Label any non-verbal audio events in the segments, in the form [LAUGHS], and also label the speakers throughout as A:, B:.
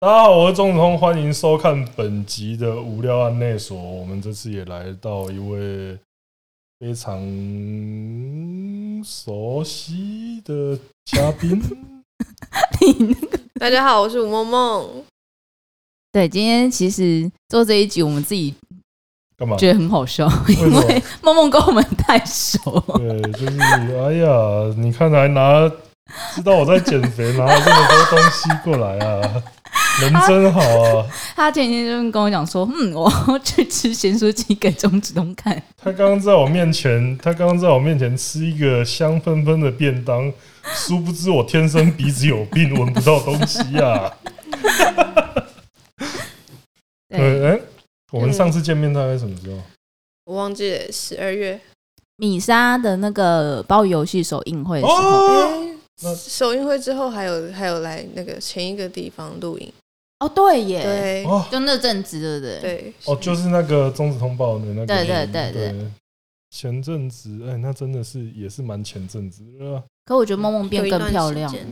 A: 大家好，我是钟通，欢迎收看本集的无聊案内所。我们这次也来到一位非常熟悉的嘉宾，
B: 大家好，我是吴梦梦。
C: [LAUGHS] 对，今天其实做这一集，我们自己
A: 干嘛？
C: 觉得很好笑，
A: 为什
C: 因
A: 么？
C: 为 [LAUGHS] 梦梦跟我们太熟了，
A: 对，就是哎呀，你看还拿知道我在减肥，拿了这么多东西过来啊，人真好啊！
C: 他前几天就跟我讲说，嗯，我要去吃咸酥鸡给钟子通看，
A: 他刚刚在我面前，他刚刚在我面前吃一个香喷喷的便当，殊不知我天生鼻子有病，闻不到东西啊。对，
C: 对，
A: 哎我们上次见面大概什么时候？
B: 我忘记了十二月
C: 米莎的那个包游戏首映会的时候，
A: 哦，那
B: 首映会之后，还有还有来那个前一个地方录影。
C: 哦，对耶，
B: 对
A: 哦
C: 就那阵子，对不对？
B: 对，
A: 哦，就是那个中子通报的那个，
C: 对对对对
A: 前阵子，哎，那真的是也是蛮前阵子的啊。
C: 可我觉得梦梦变
B: 有一
C: 更
B: 段
C: 漂
B: 时
C: 亮。
B: 间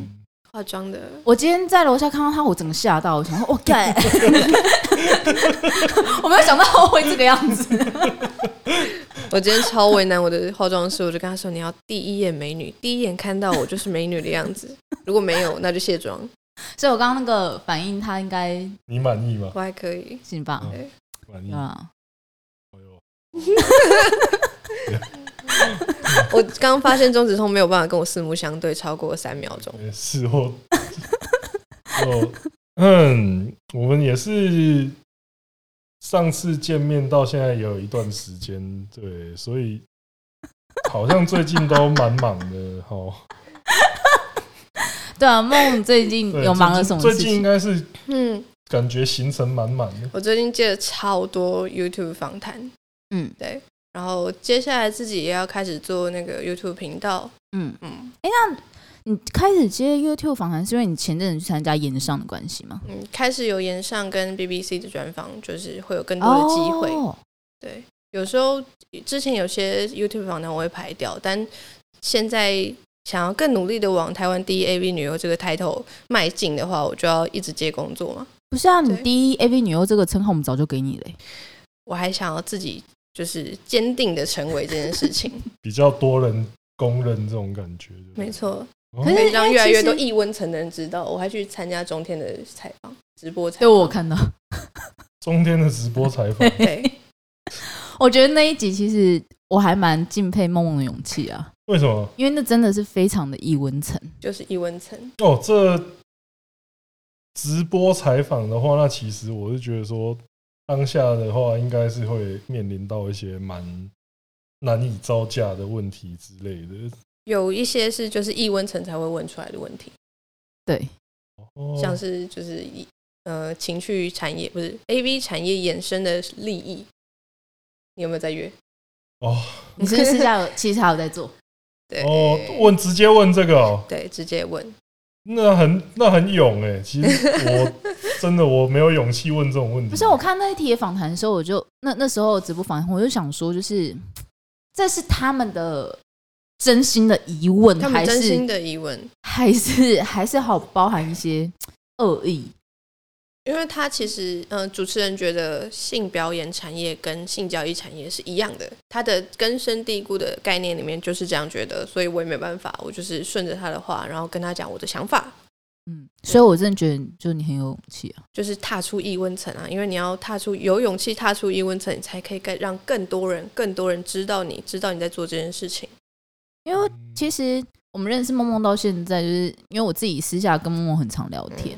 B: 化妆的，
C: 我今天在楼下看到她，我整个吓到，我想
B: [LAUGHS]
C: 说，哇，哦干 [LAUGHS] 我没有想到会这个样子。
B: 我今天超为难我的化妆师，我就跟他说：“你要第一眼美女，第一眼看到我就是美女的样
A: [LAUGHS]
B: 子，如果没有，那就卸妆。
C: 所以我刚刚那个反应，她应该
A: 你满意吗？
B: 我还可
A: [LAUGHS]
B: 以，
C: 行吧？
A: 嗯
B: 对
A: 满意
C: 对。吧？
A: 哎呦
B: 我刚发现钟子通没有办法跟我四目相对超过三秒钟。
A: 也是我，我嗯，我们也是上次见面到现在也有一段时间，对，所
C: [LAUGHS]
A: 以好像最近都蛮忙的，哦。
C: 对啊，梦最近
A: 对
C: 有忙了什么
A: 最
C: 事
A: 近最近应
C: 情？
A: 该是
B: 嗯，
A: 感觉行程满满的，
B: 我最近接了超多 YouTube 访谈，
C: 嗯
B: 然后接下来自己也要开始做那个 YouTube 频道。
C: 嗯，
B: 嗯
C: 你开始接 YouTube 访谈是因为你前阵子去参加演上的关系吗？
B: 嗯，开始有延上跟 BBC 的专访，就是会有更多的机会。
C: 哦
B: 对，有时候之前有些 YouTube 访谈我会排掉，但现在想要更努力的往台湾第一 AV 女优这个 title 迈进的话，我就要一直接工作嘛。
C: 不是啊，你
B: 对
C: 第一 AV 女优这个称号我们早就给你了欸、
B: 我还想要自己就是坚定的成为这件
C: [LAUGHS]
B: 事情。
A: 比较多人公认这种感觉。对不对
C: [LAUGHS]
B: 没，错，
A: 哦
B: 可以让越来越多
C: 哎因为其实
B: 异温层的人知道。我还去参加中天的采访直播采
C: 对
B: 访，
C: 我有看到，
A: 中天的直播采
B: [LAUGHS]
A: 访，
B: 对，
C: 我觉得那一集其实我还蛮敬佩梦梦的勇气啊，
A: 为什么？
C: 因为那真的是非常的易温层。
B: 就是异温层。
A: 哦，这直播采访的话，那其实我是觉得说，当下的话应该是会面临到一些蛮难以招架的问题之类的。
B: 有一些是就是异温层才会问出来的问题，
C: 对，
A: 哦，
B: 像是就是一呃情趣产业不是 A V 产业衍生的利益，你有没有在约？
A: 哦
C: 你是不嗯是私下有， [LAUGHS] 其实还有在做，
B: 对
A: 哦，问直接问这个哦，
B: 对直接问，
A: 那很那很勇哎、其实我真的我没有勇气问这种问题。
C: 不是，我看那一题的访谈的时候，我就那那时候直播访谈，我就想说，就是这是他们的真心的疑问，
B: 他们
C: 嗯还
B: 真
C: 是
B: 心的疑问，
C: 还是还是好包含一些恶意？
B: 因为他其实呃主持人觉得性表演产业跟性交易产业是一样的，他的根深蒂固的概念里面就是这样觉得，所以我也没办法，我就是顺着他的话，然后跟他讲我的想法，
C: 嗯，所以我真的觉得，就你很有勇气啊。
B: 就是踏出异温层啊，因为你要踏出有勇气踏出异温层，你才可以更让更多人、更多人知道你，知道你在做这件事情。
C: 因为
A: 嗯
C: 其实我们认识梦梦到现在，就是因为我自己私下跟梦梦很常聊天，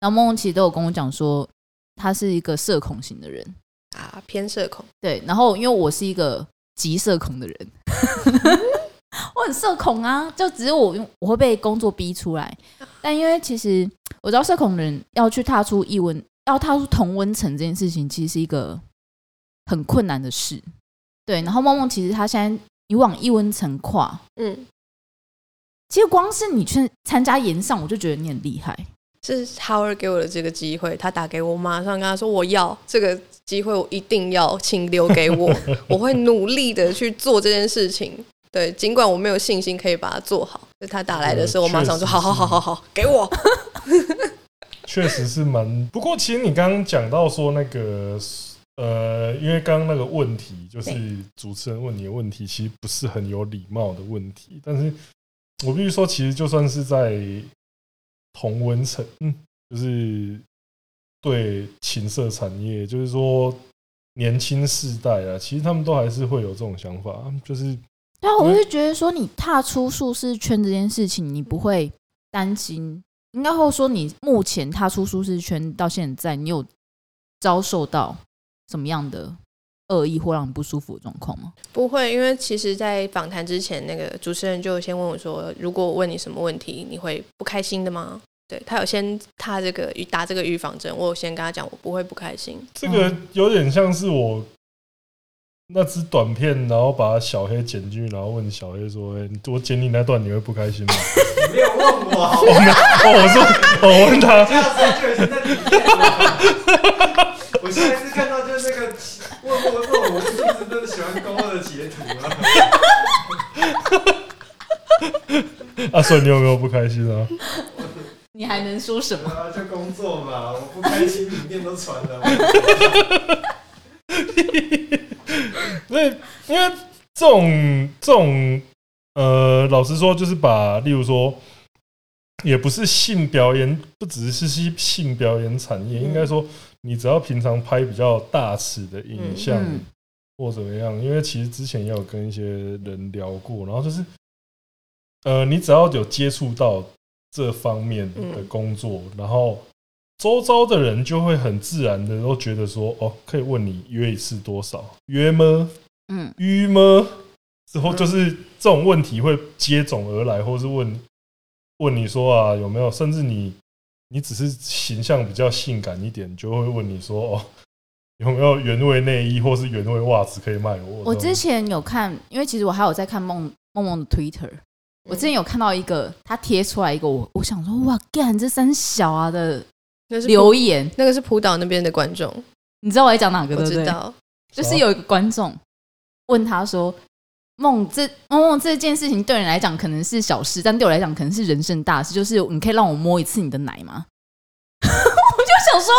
C: 然后梦梦其实都有跟我讲说，他是一个社恐型的人，
B: 啊，偏社恐，
C: 对。然后因为我是一个极社恐的人， [LAUGHS] 我很社恐啊，就只是我用我会被工作逼出来，但因为其实我知道社恐的人要去踏出异温，要踏出同温层这件事情，其实是一个很困难的事。对，然后梦梦其实她现在你往异温层跨，
B: 嗯，
C: 其实光是你去参加演上，我就觉得你很厉害。
B: 是 Howard 给我的这个机会，他打给我，马上跟他说我要这个机会，我一定要，请留给我，我会努力的去做这件事情。对，尽管我没有信心可以把它做好，就他打来的时候，我马上
A: 这个
B: 说好好好好好，给我。
A: 确实是蛮。不过，其实你刚刚讲到说那个，呃，因为刚刚那个问题，就是主持人问你的问题，其实不是很有礼貌的问题。但是我必须说，其实就算是在同文层，嗯，就是对情色产业，就是说年轻世代啊，其实他们都还是会有这种想法，就是
C: 对啊，我就觉得说，你踏出舒适圈这件事情，你不会担心，应该会说，你目前踏出舒适圈到现在，你有遭受到什么样的恶意或让你不舒服的状况吗？
B: 不会，因为其实，在访谈之前，那个主持人就先问我说：“如果我问你什么问题，你会不开心的吗？”对他有先他这个打这个预防针，我有先跟他讲，我不会不开心。
A: 这个
C: 嗯
A: 有点像是我那支短片，然后把小黑剪进去，然后问小黑说：“哎，我剪你那段你会不开
C: [LAUGHS]
A: 心吗
D: 你没有问我，好？”
A: 我没有哦，我说， [LAUGHS] 哦我问他，
D: 下次就已经在理解我。我下一次看到就是那个问问问我是不是真的喜欢高二的截图啊？
A: 啊，所以你有没有不开心啊？ [LAUGHS]
C: 你还能说什么？
D: 啊，就工作嘛，我不开心，影片都传了。
A: 所以，因为这种这种呃，老实说，就是把，例如说，也不是性表演，不只是性性表演产业，
B: 嗯
A: 应该说，你只要平常拍比较大尺的影像、
C: 嗯嗯
A: 或怎么样，因为其实之前也有跟一些人聊过，然后就是，呃，你只要有接触到这方面的工作，然后。周遭的人就会很自然的都觉得说，哦，可以问你约一次多少？约吗？
C: 嗯，
A: 晕吗？之后
B: 嗯
A: 就是这种问题会接踵而来，或是问问你说啊有没有，甚至你你只是形象比较性感一点，就会问你说哦有没有原味内衣或是原味袜子可以卖我？
C: 我
A: 这种
C: 之前有看，因为其实我还有在看梦梦梦的 Twitter，我之
B: 嗯
C: 前有看到一个他贴出来一个我，我想说哇，干这三小啊的
B: 那是
C: 留
B: 刘，
C: 言，
B: 那个是浦岛那边的观众，
C: 你知道我在讲哪个
B: 我
C: 对不
B: 知
C: 对？
B: 道。
C: 就是有一个观众问他说：“梦这梦梦这件事情对你来讲可能是小事，但对我来讲可能是人生大事。就是你可以让我摸一次你的奶吗？” [LAUGHS] 我就想说，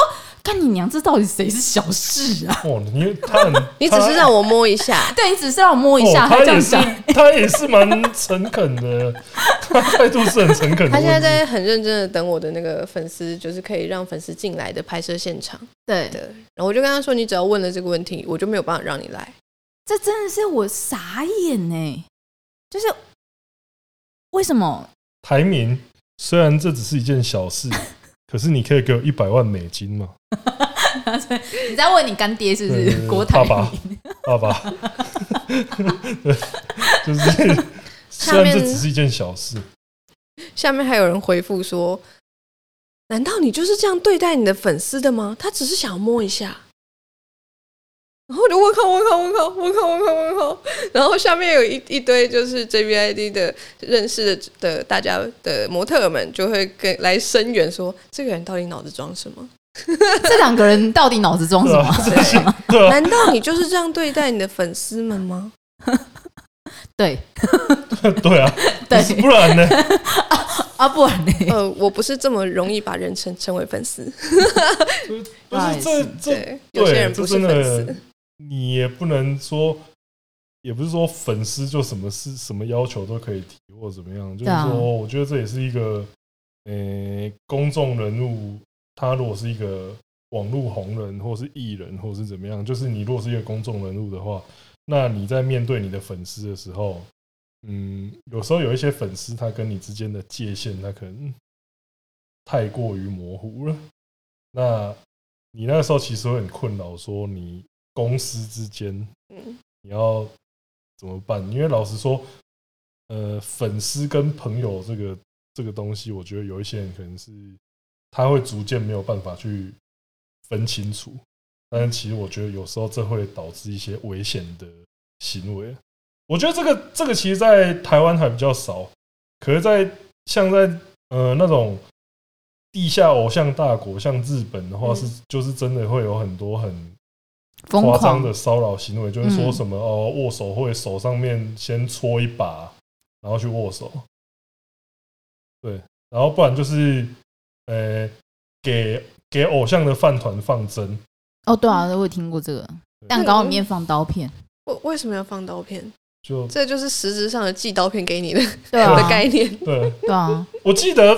C: 干你娘，这到底谁是小事啊？ [LAUGHS]，
A: 哦，你他很
B: 你只是让
A: 我
B: 我摸一下
C: 对你只是让我摸一下，
A: 哦他
C: 还这
A: 也
C: 样
A: 是
C: 想，
A: 他也是蛮诚恳的，他态度是很诚恳的。
B: 他现在在很认真的等我的那个粉丝，就是可以让粉丝进来的拍摄现场。
C: 对
B: 对，然后我就跟他说，你只要问了这个问题，我就没有办法让你来。
C: 这真的是我傻眼呢、就是为什么？ [LAUGHS]
A: 排名，虽然这只是一件小事，可是你可以给我一百万美金吗？
C: 你在问你干爹是不
A: 对对
C: 是？
A: 对
C: 郭台铭
A: 爸爸爸爸， [LAUGHS] 对，就是虽然这只是一件小事，
B: 下面还有人回复说：“难道你就是这样对待你的粉丝的吗？他只是想摸一下。”然后我就我靠我靠我靠我靠我靠我靠，然后下面有一一堆就是 JVID 的认识的的大家的模特儿们就会跟来声援说，这个人到底脑子装什么？
C: [LAUGHS] 这两个人到底脑子哦装什
A: 对啊
C: 么？，
A: 这是对啊，
B: 难道你就是这样对待你的粉丝们
A: [LAUGHS]
B: 吗？
C: 对
A: 对啊，
C: 对
A: 不然呢？
C: 啊，
A: [LAUGHS]
C: 不然呢？
B: 呃，我不是这么容易把人称称为粉丝，
A: 不是这这，
B: 对，有些
A: 对，
B: 人
A: 这
B: 不是
A: 真
B: 粉丝
A: 的，，你也不能说，也不是说粉丝就什么事什么要求都可以提或怎么样，就是
C: 对啊
A: 说，我觉得这也是一个，呃，公众人物，他如果是一个网络红人或是艺人或是怎么样，就是你如果是一个公众人物的话，那你在面对你的粉丝的时候，嗯，有时候有一些粉丝他跟你之间的界限，他可能太过于模糊了。那你那个时候其实会很困扰，说你公司之间
B: 嗯，
A: 你要怎么办？因为老实说，呃，粉丝跟朋友这个这个东西，我觉得有一些人可能是他会逐渐没有办法去分清楚，但是其实我觉得有时候这会导致一些危险的行为。我觉得这个这个其实，在台湾还比较少，可是在像在呃那种地下偶像大国，像日本的话
B: 嗯
A: 是，就是真的会有很多很
C: 疯
A: 夸张
C: 狂
A: 的骚扰行为，就是说
C: 嗯
A: 什么、哦，握手会手上面先搓一把，然后去握手，对，然后不然就是，呃、给给偶像的饭团放针，
C: 哦，对啊，我有听过这个蛋糕里面放刀片，
B: 我为什么要放刀片？
A: 就
B: 这就是实质上的寄刀片给你的
C: [LAUGHS] 对啊
B: 的，
A: [LAUGHS]
B: 概念。
A: 对
C: 对啊，
A: 我记得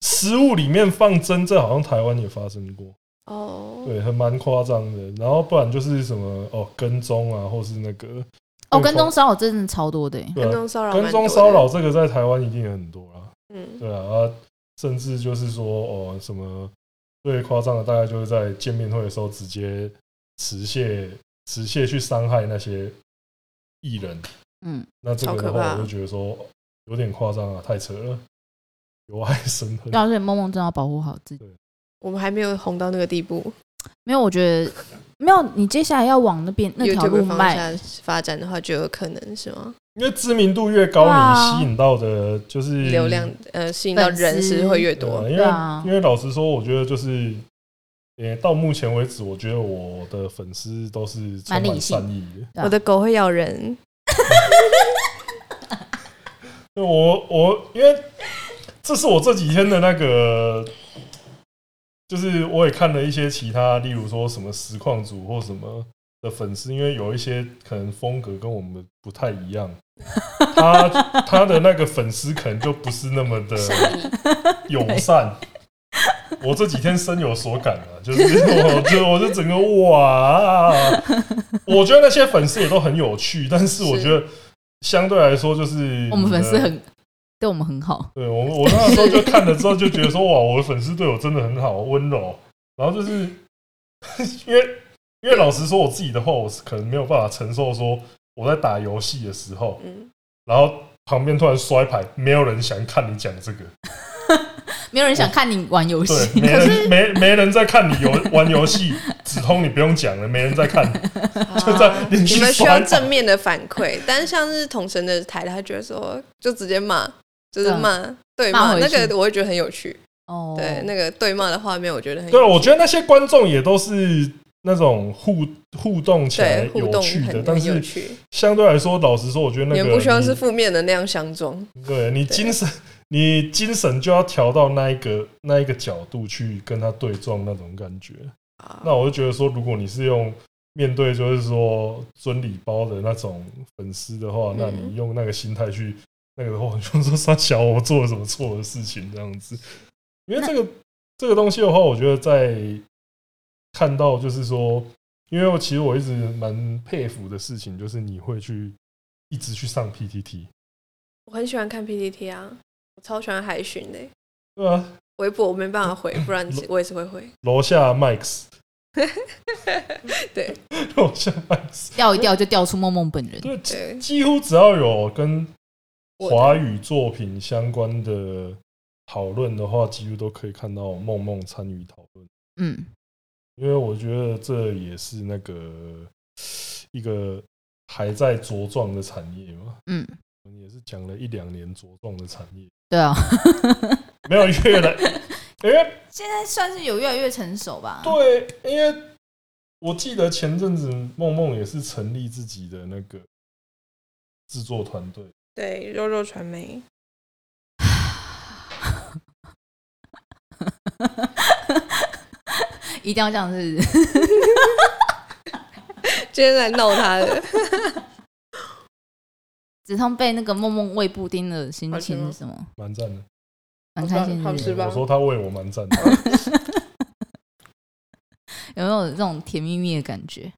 A: 食物里面放针，这好像台湾也发生过，
B: 哦，
A: 对，很蛮夸张的。然后不然就是什么哦跟踪啊，或是那个啊
C: 哦，跟踪骚扰真的超多的欸，
A: 对
B: 跟
A: 啊
B: 踪骚扰，
A: 跟踪骚扰，这个在台湾一定也很多啦，
B: 嗯，
A: 对啊，啊甚至就是说哦什么最夸张的，大概就是在见面会的时候直接持械持械去伤害那些艺人，
C: 嗯，
A: 那这个
B: 好
A: 的
B: 可怕
A: 话，我就觉得说有点夸张啊，太扯了，由爱生恨。
C: 要是梦梦真的要保护好自己。
B: 我们还没有红到那个地步，
C: 没有，我觉得没有，你接下来要往那边那条
B: YouTube
C: 路
B: 方
C: 迈，
B: 向发展的话，就有可能是吗？
A: 因为知名度越高，
C: 对啊
A: 你吸引到的就是
B: 流量呃吸引到人是会越
A: 对
B: 多
A: 啊，因为、
C: 对啊
A: 因为老实说，我觉得就是，呃、到目前为止，我觉得我的粉丝都是充满
C: 蛮理性
A: 善意的。
C: 对啊
B: 我的狗会咬人，
A: 对我我因为这是我这几天的那个，就是我也看了一些其他，例如说什么实况组或什么的粉丝，因为有一些可能风格跟我们不太一样，他他的那个粉丝可能就不是那
C: [LAUGHS]
A: 么的友善。我这几天深有所感啊，就是 [LAUGHS] 我就我就整个哇，我觉得那些粉丝也都很有趣，但是我
B: 是
A: 觉得相对来说，就是
C: 我们粉丝
A: 你的
C: 很对我们很好，
A: 对我，我那时候就看了之后就觉得说，哇，我的粉丝对我真的很好，温柔。然后就是因为因为老实说，我自己的话，我是可能没有办法承受说我在打游戏的时候，
B: 嗯，
A: 然后旁边突然摔牌，没有人想看你讲这个，
C: 没有人想看你玩游
A: 对，
C: 戏。
A: 没人没没人在看你游玩游戏，子通你不用讲了，没人在看， [LAUGHS] 就在
B: 啊你
A: 连续
B: 们需
A: 摔
B: 要
A: 牌
B: 正面的反馈， [LAUGHS] 但是像是统神的台，他觉得说就直接骂，就是
A: 啊
B: 骂对
C: 骂
B: 骂
C: 回
B: 那
C: 去
B: 个，我会觉得很有趣。
C: 哦，
B: 对，那个对骂的画面，我觉得很有
A: 对，啊
B: 趣
A: 我觉得那些观众也都是那种互互动起来
B: 对互
A: 有
B: 动
A: 趣的，
B: 很
A: 但
B: 很有
A: 是
B: 趣，
A: 相对来说，老实说，我觉得那
B: 你
A: 个
B: 们不需要
A: 你
B: 是负面能量相撞，
A: 对你
B: 对
A: 精神，你精神就要调到那一个那一个角度去跟他对撞那种感觉。
B: 啊
A: 那我就觉得说，如果你是用面对就是说尊礼包的那种粉丝的话，
B: 嗯
A: 那你用那个心态去那个的话，你就说三小我做了什么错的事情这样子。因为
C: 那
A: 这个这个东西的话，我觉得在看到就是说，因为我其实我一直蛮佩服的事情，就是你会去一直去上 PTT，
B: 我很喜欢看 PPT 啊，我超喜欢海巡的、
A: 对啊，
B: 微博我没办法回，不
A: [LAUGHS]
B: 然我也是会回。
A: 楼下 Max，
B: 对，
A: [LAUGHS] 楼下 Max，
C: 掉一掉就掉出梦梦本人。
A: 对，几
B: 对，
A: 几乎只要有跟
B: 我的
A: 华语作品相关的讨论的话，几乎都可以看到梦梦参与讨论，
C: 嗯，
A: 因为我觉得这也是那个一个还在茁壮的产业嘛，
C: 嗯，
A: 我们也是讲了一两年茁壮的产
B: [LAUGHS]
A: 业，
C: 对啊，
A: 没有越来， [LAUGHS] 因为
C: 现在算是有越来越成熟吧。
A: 对，因为我记得前阵子梦梦也是成立自己的那个制作团队，
B: 对，肉肉传媒，
C: 一定要这样子。
B: 今天来闹他的， [LAUGHS]
C: 子通被那个梦梦喂布丁的心
B: 好吃
C: 情
B: 吗
C: 是什么？
A: 蛮赞的。
C: 蛮开心
B: 好
C: 的，
B: 吃
C: 是不是
B: 吧
A: 我说哦他为我蛮赞的，
B: [LAUGHS]
C: [LAUGHS] 有没有这种甜蜜蜜的感觉？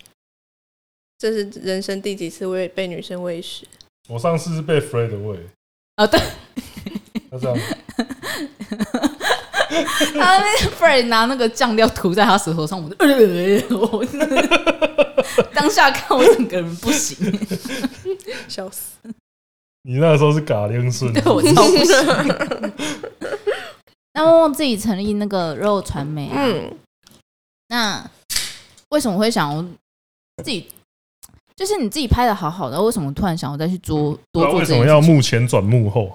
C: [LAUGHS]
B: 这是人生第几次喂被女生喂食？
A: 我上次是被 Fred 喂，
C: 哦，对，
A: 那这样
C: 他那边 Fred 拿那个酱料涂在他舌头上，我就 [LAUGHS] 我真的当下看我整个人不行，
B: 笑
A: [LAUGHS]
B: 死！
A: 你那时候是嘎铃顺，
C: 对我超不
A: [LAUGHS]
C: 行。那梦梦自己成立那个肉传媒、啊，
B: 嗯，
C: 那为什么会想要自己？就是你自己拍的好好的，为什么突然想要再去做
A: 不知
C: 多
A: 道
C: 做
A: 啊为
C: 这
A: 什
C: 件
A: 么
C: 事
A: 要
C: 情？
A: 幕前转幕后？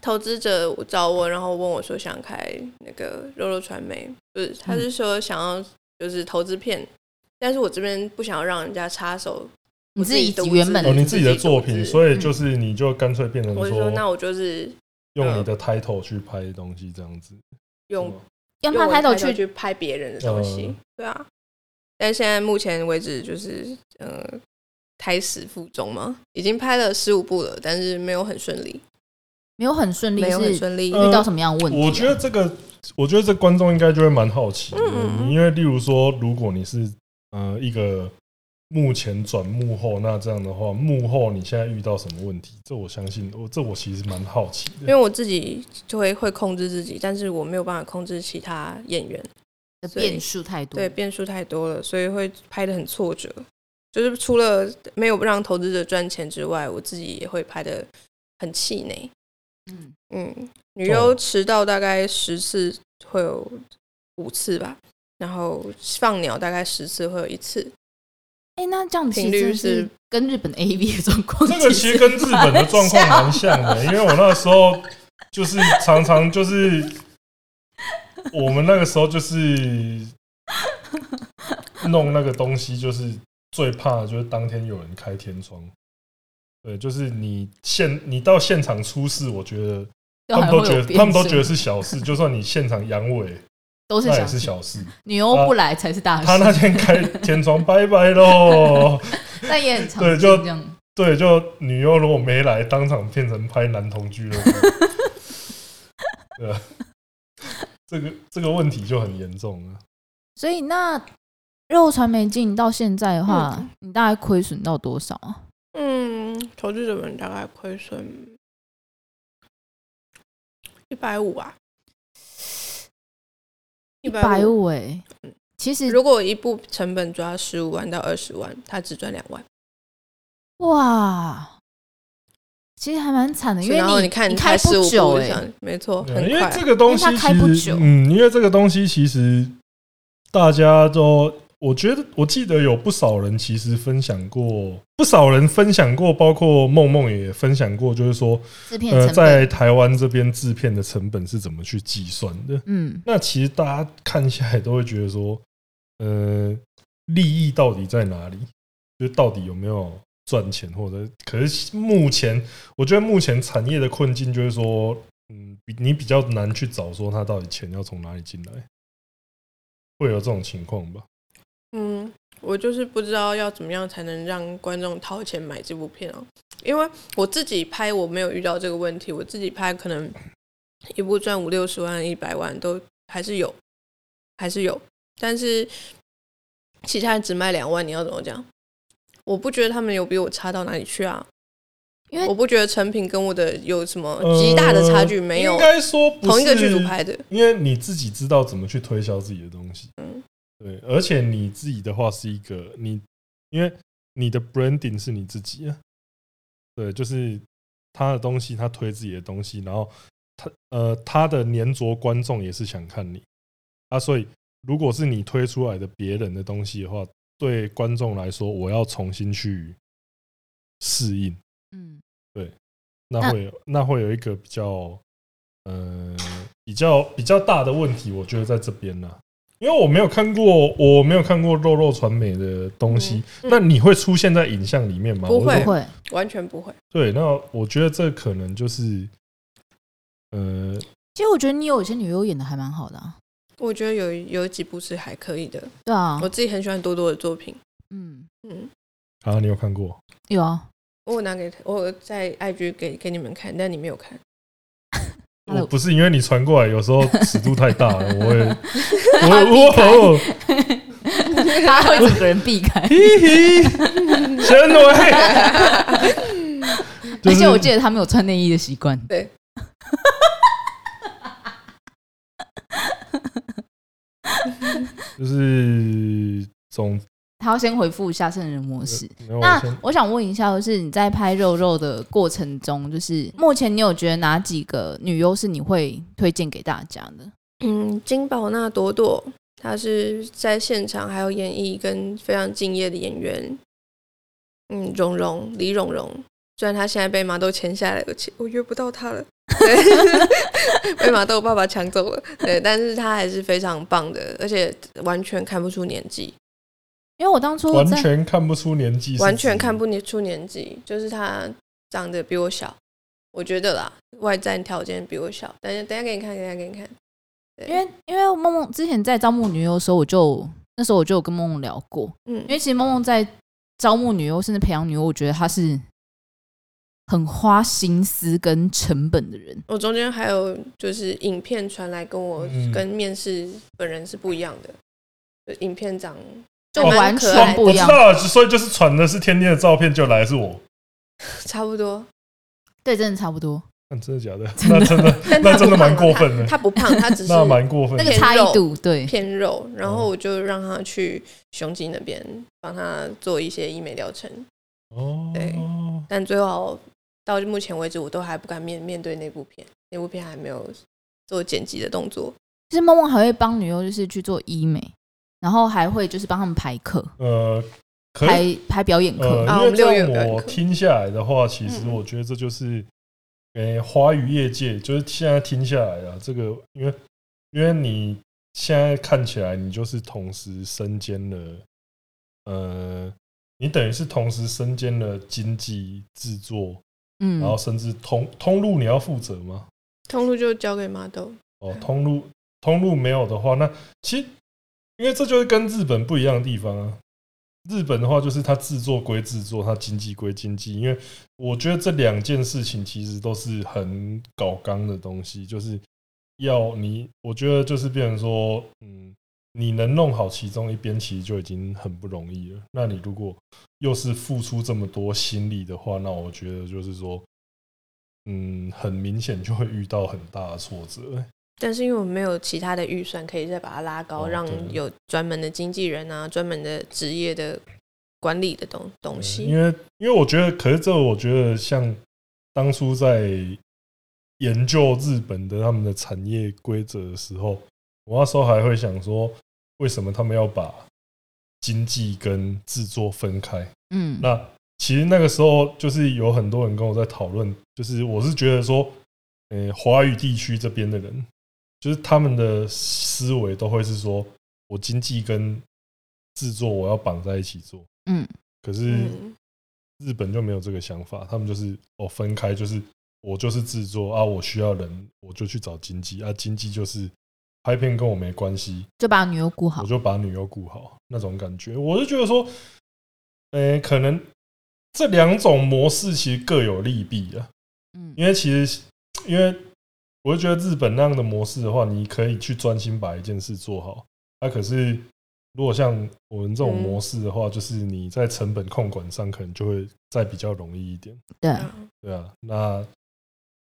B: 投资者找我，然后问我说想开那个肉肉传媒，就是他
A: 嗯
B: 是说想要就是投资片，但是我这边不想要让人家插手，
C: 你自己
B: 自己
C: 原本
B: 独
A: 哦，
B: 嗯自
A: 你自己的作
B: 自己
A: 品，
B: 独自
A: 所以就是你就干脆变成
B: 我就说那
A: 说
B: 我就是
A: 用你的 title 去拍东西这样子，
B: 用
A: 是吗
C: 用
B: 用
C: 他
B: 我的
C: title
B: 去
C: 去，
B: 拍别人的东西，
A: 嗯
B: 对啊。但现在目前为止就是呃胎死腹中嘛，已经拍了十五部了，但是没有很顺利，
C: 没有很顺利，
B: 没有很
C: 是
B: 顺利。
A: 呃
C: 遇到什么样的问题啊？
A: 我觉得这个，我觉得这观众应该就会蛮好奇的，
B: 嗯
A: 因为例如说，如果你是呃一个幕前转幕后，那这样的话，幕后你现在遇到什么问题？这我相信，我这我其实蛮好奇
B: 因
A: 的
B: 为。我自己就会会控制自己，但是我没有办法控制其他演员，
C: 的
B: 所以
C: 变数太多，
B: 对变数太多了，所以会拍的很挫折。就是除了没有让投资者赚钱之外，我自己也会拍的很气馁。
C: 嗯，
B: 嗯，女优迟到大概十次会有五次吧，然后放鸟大概十次会有一次，
C: 哎，那这样其实
B: 频率
C: 真的
B: 是
C: 是跟日本 A B 的状
A: [LAUGHS]
C: 况，
A: 这个其实跟日本的状况蛮
C: [LAUGHS]
A: 像的，因为我那时候就是常常就是我们那个时候就是弄那个东西，就是最怕的就是当天有人开天窗。对，就是你现你到现场出事，我觉得他们都觉得
C: 啊
A: 他们都觉得是小
C: [LAUGHS]
A: 事，就算你现场阳痿，
C: 都是
A: 那
C: 小
A: 也是小事。
C: 女优不来才是大事，
A: 他那天开天窗，拜拜喽。
C: 但也很常
A: 对
C: 见
A: 就
C: 这样。
A: 对，就女优如果没来，当场变成拍男同俱
C: [LAUGHS]
A: 乐部，对啊，这个这个问题就很严重了。
C: 所以那肉传媒经营到现在的话，你大概亏损到多少啊？
B: 嗯，投资者们大概亏损一百五啊，一
C: 百。五哎
B: 嗯，
C: 其实
B: 如果一部成本抓十五万到二十万，他只赚两万，
C: 哇，其实还蛮惨的，因为
B: 然后
C: 你
B: 看
C: 你
B: 你
C: 开
B: 十
C: 不
B: 五
C: 久
B: 部
C: 哎、
B: 以上，没错，
A: 对啊
B: 很
A: 因为
B: 快啊
A: 这。个东西
C: 因为它开不
A: 其实，
C: 久
A: 嗯，因为这个东西其实大家都，我觉得我记得有不少人其实分享过，不少人分享过，包括梦梦也分享过，就是说，
C: 制片
A: 呃，
C: 成本，
A: 在台湾这边制片的成本是怎么去计算的？
C: 嗯，
A: 那其实大家看下来都会觉得说， [LAUGHS] 呃，利益到底在哪里？就是到底有没有赚钱，或者可是目前，我觉得目前产业的困境就是说，嗯，比你比较难去找说它到底钱要从哪里进来，会有这种情况吧？
B: 嗯，我就是不知道要怎么样才能让观众掏钱买这部片哦，因为我自己拍我没有遇到这个问题，我自己拍可能一部赚五六十万、一百万都还是有，还是有，但是其他人只卖两万，你要怎么讲？我不觉得他们有比我差到哪里去啊，
C: 因为
B: 我不觉得成品跟我的有什么哦极大的差距，没有
A: 呃应该说不是
B: 同一个剧组拍的，
A: 因为你自己知道怎么去推销自己的东西，
B: 嗯
A: 对，而且你自己的话是一个你，因为你的 branding 是你自己啊，对，就是他的东西，他推自己的东西，然后他呃他的粘着观众也是想看你啊，所以如果是你推出来的别人的东西的话，对观众来说，我要重新去适应，
C: 嗯，
A: 那
C: 那
A: 会有那会有一个比较呃比较比较大的问题，我觉得在这边呢、因为我没有看过，我没有看过肉肉传媒的东西，
B: 嗯嗯
A: 那你会出现在影像里面吗？
B: 不
A: 我
C: 不
A: 就
C: 会，
B: 完全不会。
A: 对，那我觉得这可能就是呃，
C: 其实我觉得你有一些女优演的还蛮好的、啊，
B: 我觉得有有几部是还可以的，
C: 对啊
B: 我，自己很喜欢多多的作品，
C: 嗯，
B: 哦嗯。
A: 啊，你有看过？
C: 有啊，
B: 我有拿给他，我有在 IG 给给你们看，但你没有看。
C: 他的
A: 我不是因为你传过来，有时候尺度太大了，我
C: [LAUGHS]
A: 会
C: 他
A: 我
C: 避开
A: 我我
C: [LAUGHS] 他会整个人避开，
A: 嘿嘿，神伟，
C: [LAUGHS] 而且我
A: [LAUGHS] 就是
C: 记得他没有穿内衣的习惯，
B: 对，
A: 就是总
C: 他要先回复一下圣人模式。
A: 没有我
C: 那
A: 先
C: 我想问一下，就是你在拍肉肉的过程中，就是目前你有觉得哪几个女优是你会推荐给大家的？
B: 嗯，金宝娜朵朵，她是在现场还有演绎跟非常敬业的演员。嗯，蓉蓉李蓉蓉，虽然她现在被麻豆签下来，我其我约不到她了，对 [LAUGHS] 被麻豆爸爸抢走了。对，但是她还是非常棒的，而且完全看不出年纪，
C: 因为我当初
A: 完
C: 在
A: 全看不出年纪，
B: 完全看。不出年纪，就是她长得比我小，我觉得啦，外在条件比我小。等一下等一下给你看，等一下给你看。对
C: 因为因为梦梦之前在招募女优的时候，我就那时候我就有跟梦梦聊过，
B: 嗯
C: 因为其实梦梦在招募女优甚至培养女优，我觉得她是很花心思跟成本的人。
B: 我中间还有就是影片传来跟我
A: 嗯
B: 跟面试本人是不一样的，就影片长
C: 就
B: 还蛮
C: 完
B: 可
C: 全
B: 爱的
C: 不
A: 我
C: 一
A: 知
C: 样
A: 道了，所以就是传的是天天的照片就来是我，
B: [LAUGHS]
A: [LAUGHS]
B: 差不多，
C: 对，真的差不多，
A: 那真的假的？ [LAUGHS] 那真的
B: 但
A: 那
B: 他
A: 真的
B: 不胖
A: 蛮
B: 啊
A: 过分的
B: [LAUGHS] 他他不胖，他只
A: [LAUGHS]
B: 是
A: 那蛮哦过分
B: 那
A: 的。
B: 个
C: 差
B: 偏
C: 异
B: 肉
C: 度对，
B: 偏肉，然后我就让他去雄鸡那边帮他做一些医美疗程，
A: 哦，
B: 对但最后到目前为止，我都还不敢面面对那部片，那部片还没有做剪辑的动作。
C: 其实梦梦还会帮女优就是去做医美，然后还会就是帮他们排课、
A: 呃，可以。
C: 排排表演课。
A: 呃，
B: 啊
A: 因
B: 我
A: 为
B: 们
A: 这
B: 六月
A: 样
B: 有表演
A: 我
B: 课
A: 听下来的话，其实
B: 嗯
A: 我觉得这就是，诶、华语业界就是现在听下来啊，这个因为因为你现在看起来，你就是同时身兼了，呃，你等于是同时身兼了经济制作，
C: 嗯
A: 然后甚至通通路你要负责吗？
B: 通路就交给麻豆，
A: 哦，通路通路没有的话，那其实因为这就是跟日本不一样的地方啊。日本的话，就是它制作归制作，它经济归经济。因为我觉得这两件事情其实都是很搞纲的东西，就是要你，我觉得就是变成说，嗯，你能弄好其中一边，其实就已经很不容易了。那你如果又是付出这么多心力的话，那我觉得就是说，嗯，很明显就会遇到很大的挫折、
B: 但是因为我们没有其他的预算可以再把它拉高，
A: 哦
B: 让
A: 对
B: 有专门的经纪人啊、专门的职业的管理的东东
A: 对
B: 西
A: 因。为因为我觉得，可是这我觉得像当初在研究日本的他们的产业规则的时候，我那时候还会想说，为什么他们要把经济跟制作分开？
C: 嗯，
A: 那其实那个时候就是有很多人跟我在讨论，就是我是觉得说，呃，华语地区这边的人，就是他们的思维都会是说我经济跟制作我要绑在一起做，
C: 嗯，
A: 可是。
B: 嗯，
A: 日本就没有这个想法，他们就是哦分开，就是我就是制作啊，我需要人，我就去找经济啊，经济就是拍片跟我没关系，
C: 就把女优顾好
A: 我。就把女优顾好那种感觉。我就觉得说，呃、可能这两种模式其实各有利弊啊，
C: 嗯
A: 因为其实因为我就觉得日本那样的模式的话，你可以去专心把一件事做好，那、可是。如果像我们这种
B: 嗯
A: 模式的话，就是你在成本控管上可能就会再比较容易一点。
C: 对，
A: 对啊，那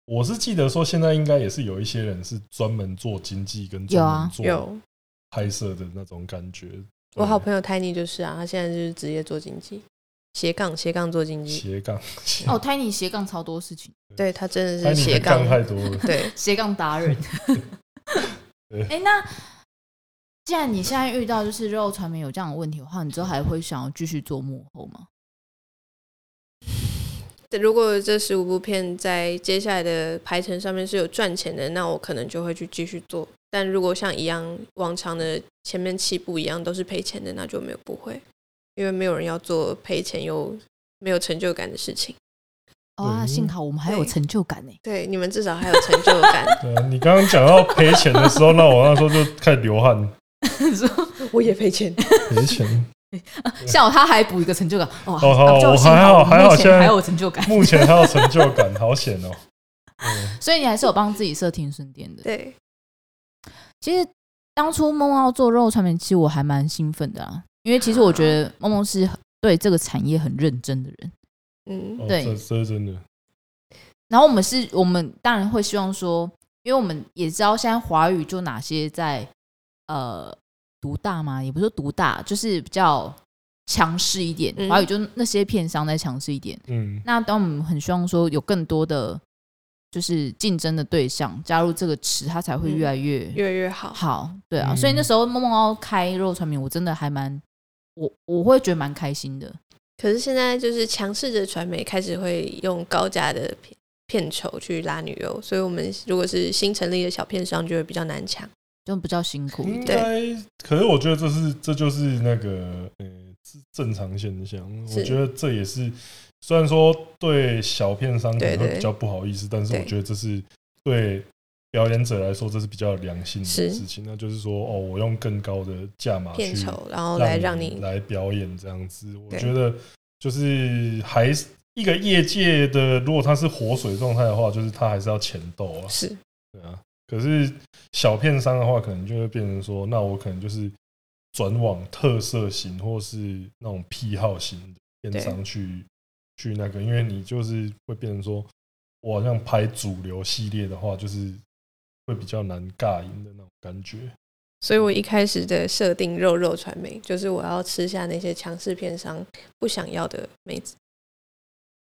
A: 我是记得说，现在应该也是有一些人是专门做经济跟
C: 有
A: 专
C: 啊
A: 门做
B: 有
A: 拍摄的那种感觉。
B: 我好
A: 友
B: 朋友泰尼就是啊，他现在就是职业做经济，斜杠斜杠做经济，
A: 斜杠，斜
C: 哦，泰尼斜杠超多事情，
B: 对他真
A: 哎
B: 的是
A: 你
B: 斜
A: 的杠
B: 杠，
A: 太多了。
B: 对，
C: 斜杠达人。
A: [LAUGHS] 对
C: 哎、那既然你现在遇到就是肉传媒有这样的问题的话，你之后还会想要继续做幕后吗？
B: 对如果这十五部片在接下来的排程上面是有赚钱的，那我可能就会去继续做。但如果像一样往常的前面七部一样都是赔钱的，那就没有不会，因为没有人要做赔钱又没有成就感的事情。
C: 哦、啊，
A: 对
C: 幸好我们还有
B: 对
C: 成就感呢、 [LAUGHS]
B: 对，你们至少还有成就感，
A: 对啊，你刚刚讲到赔钱的时候，那我那时候就开始流汗，
B: 我也赔钱。
A: 赔钱。
C: 幸好他还补一个成就感。哦，
A: 好好
C: 啊就
A: 我
C: 幸
A: 还好
C: 我们
A: 还好
C: 目前
A: 现在
C: 还有成就感，
A: 目前还有成就感，好险哦。嗯
C: [LAUGHS] 所以你还是有帮自己设停损点的。
B: 对，
C: 其实当初梦要做肉传媒，其实我还蛮兴奋的啊，因为其实我觉得梦梦是很对这个产业很认真的人。
B: 嗯，
A: 哦，
C: 对
A: 这这是真的。
C: 然后我们是，我们当然会希望说，因为我们也知道现在华语就哪些在呃独大嘛，也不是说独大，就是比较强势一点。
B: 嗯
C: 华语就那些片商在强势一点。
A: 嗯，
C: 那当我们很希望说有更多的就是竞争的对象加入这个池，它才会越来越、
B: 越来越好。
C: 好。对啊，
A: 嗯
C: 所以那时候梦梦要开肉传媒，我真的还蛮我我会觉得蛮开心的。
B: 可是现在就是强势的传媒开始会用高价的片片酬去拉女优，所以我们如果是新成立的小片商就会比较难抢。
C: 就比较辛苦一点
A: 应该，可是我觉得这是这就是那个呃是正常现象。
B: 是
A: 我觉得这也是虽然说对小片商可
B: 对
A: 能会
B: 对
A: 比较不好意思，但是
B: 对
A: 我觉得这是对表演者来说，这是比较良性的
B: 是
A: 事情。那就是说，哦，我用更高的价码去
B: 片酬，然后来让你
A: 来表演这样子。我
B: 对
A: 觉得就是还是一个业界的，如果它是活水状态的话，就是它还是要钱斗啊，
B: 是
A: 对啊。可是小片商的话，可能就会变成说，那我可能就是转往特色型或是那种癖好型的片商去去那个，因为你就是会变成说，我好像拍主流系列的话，就是会比较难尬赢的那种感觉。
B: 所以我一开始的设定肉肉传媒，就是我要吃下那些强势片商不想要的妹子，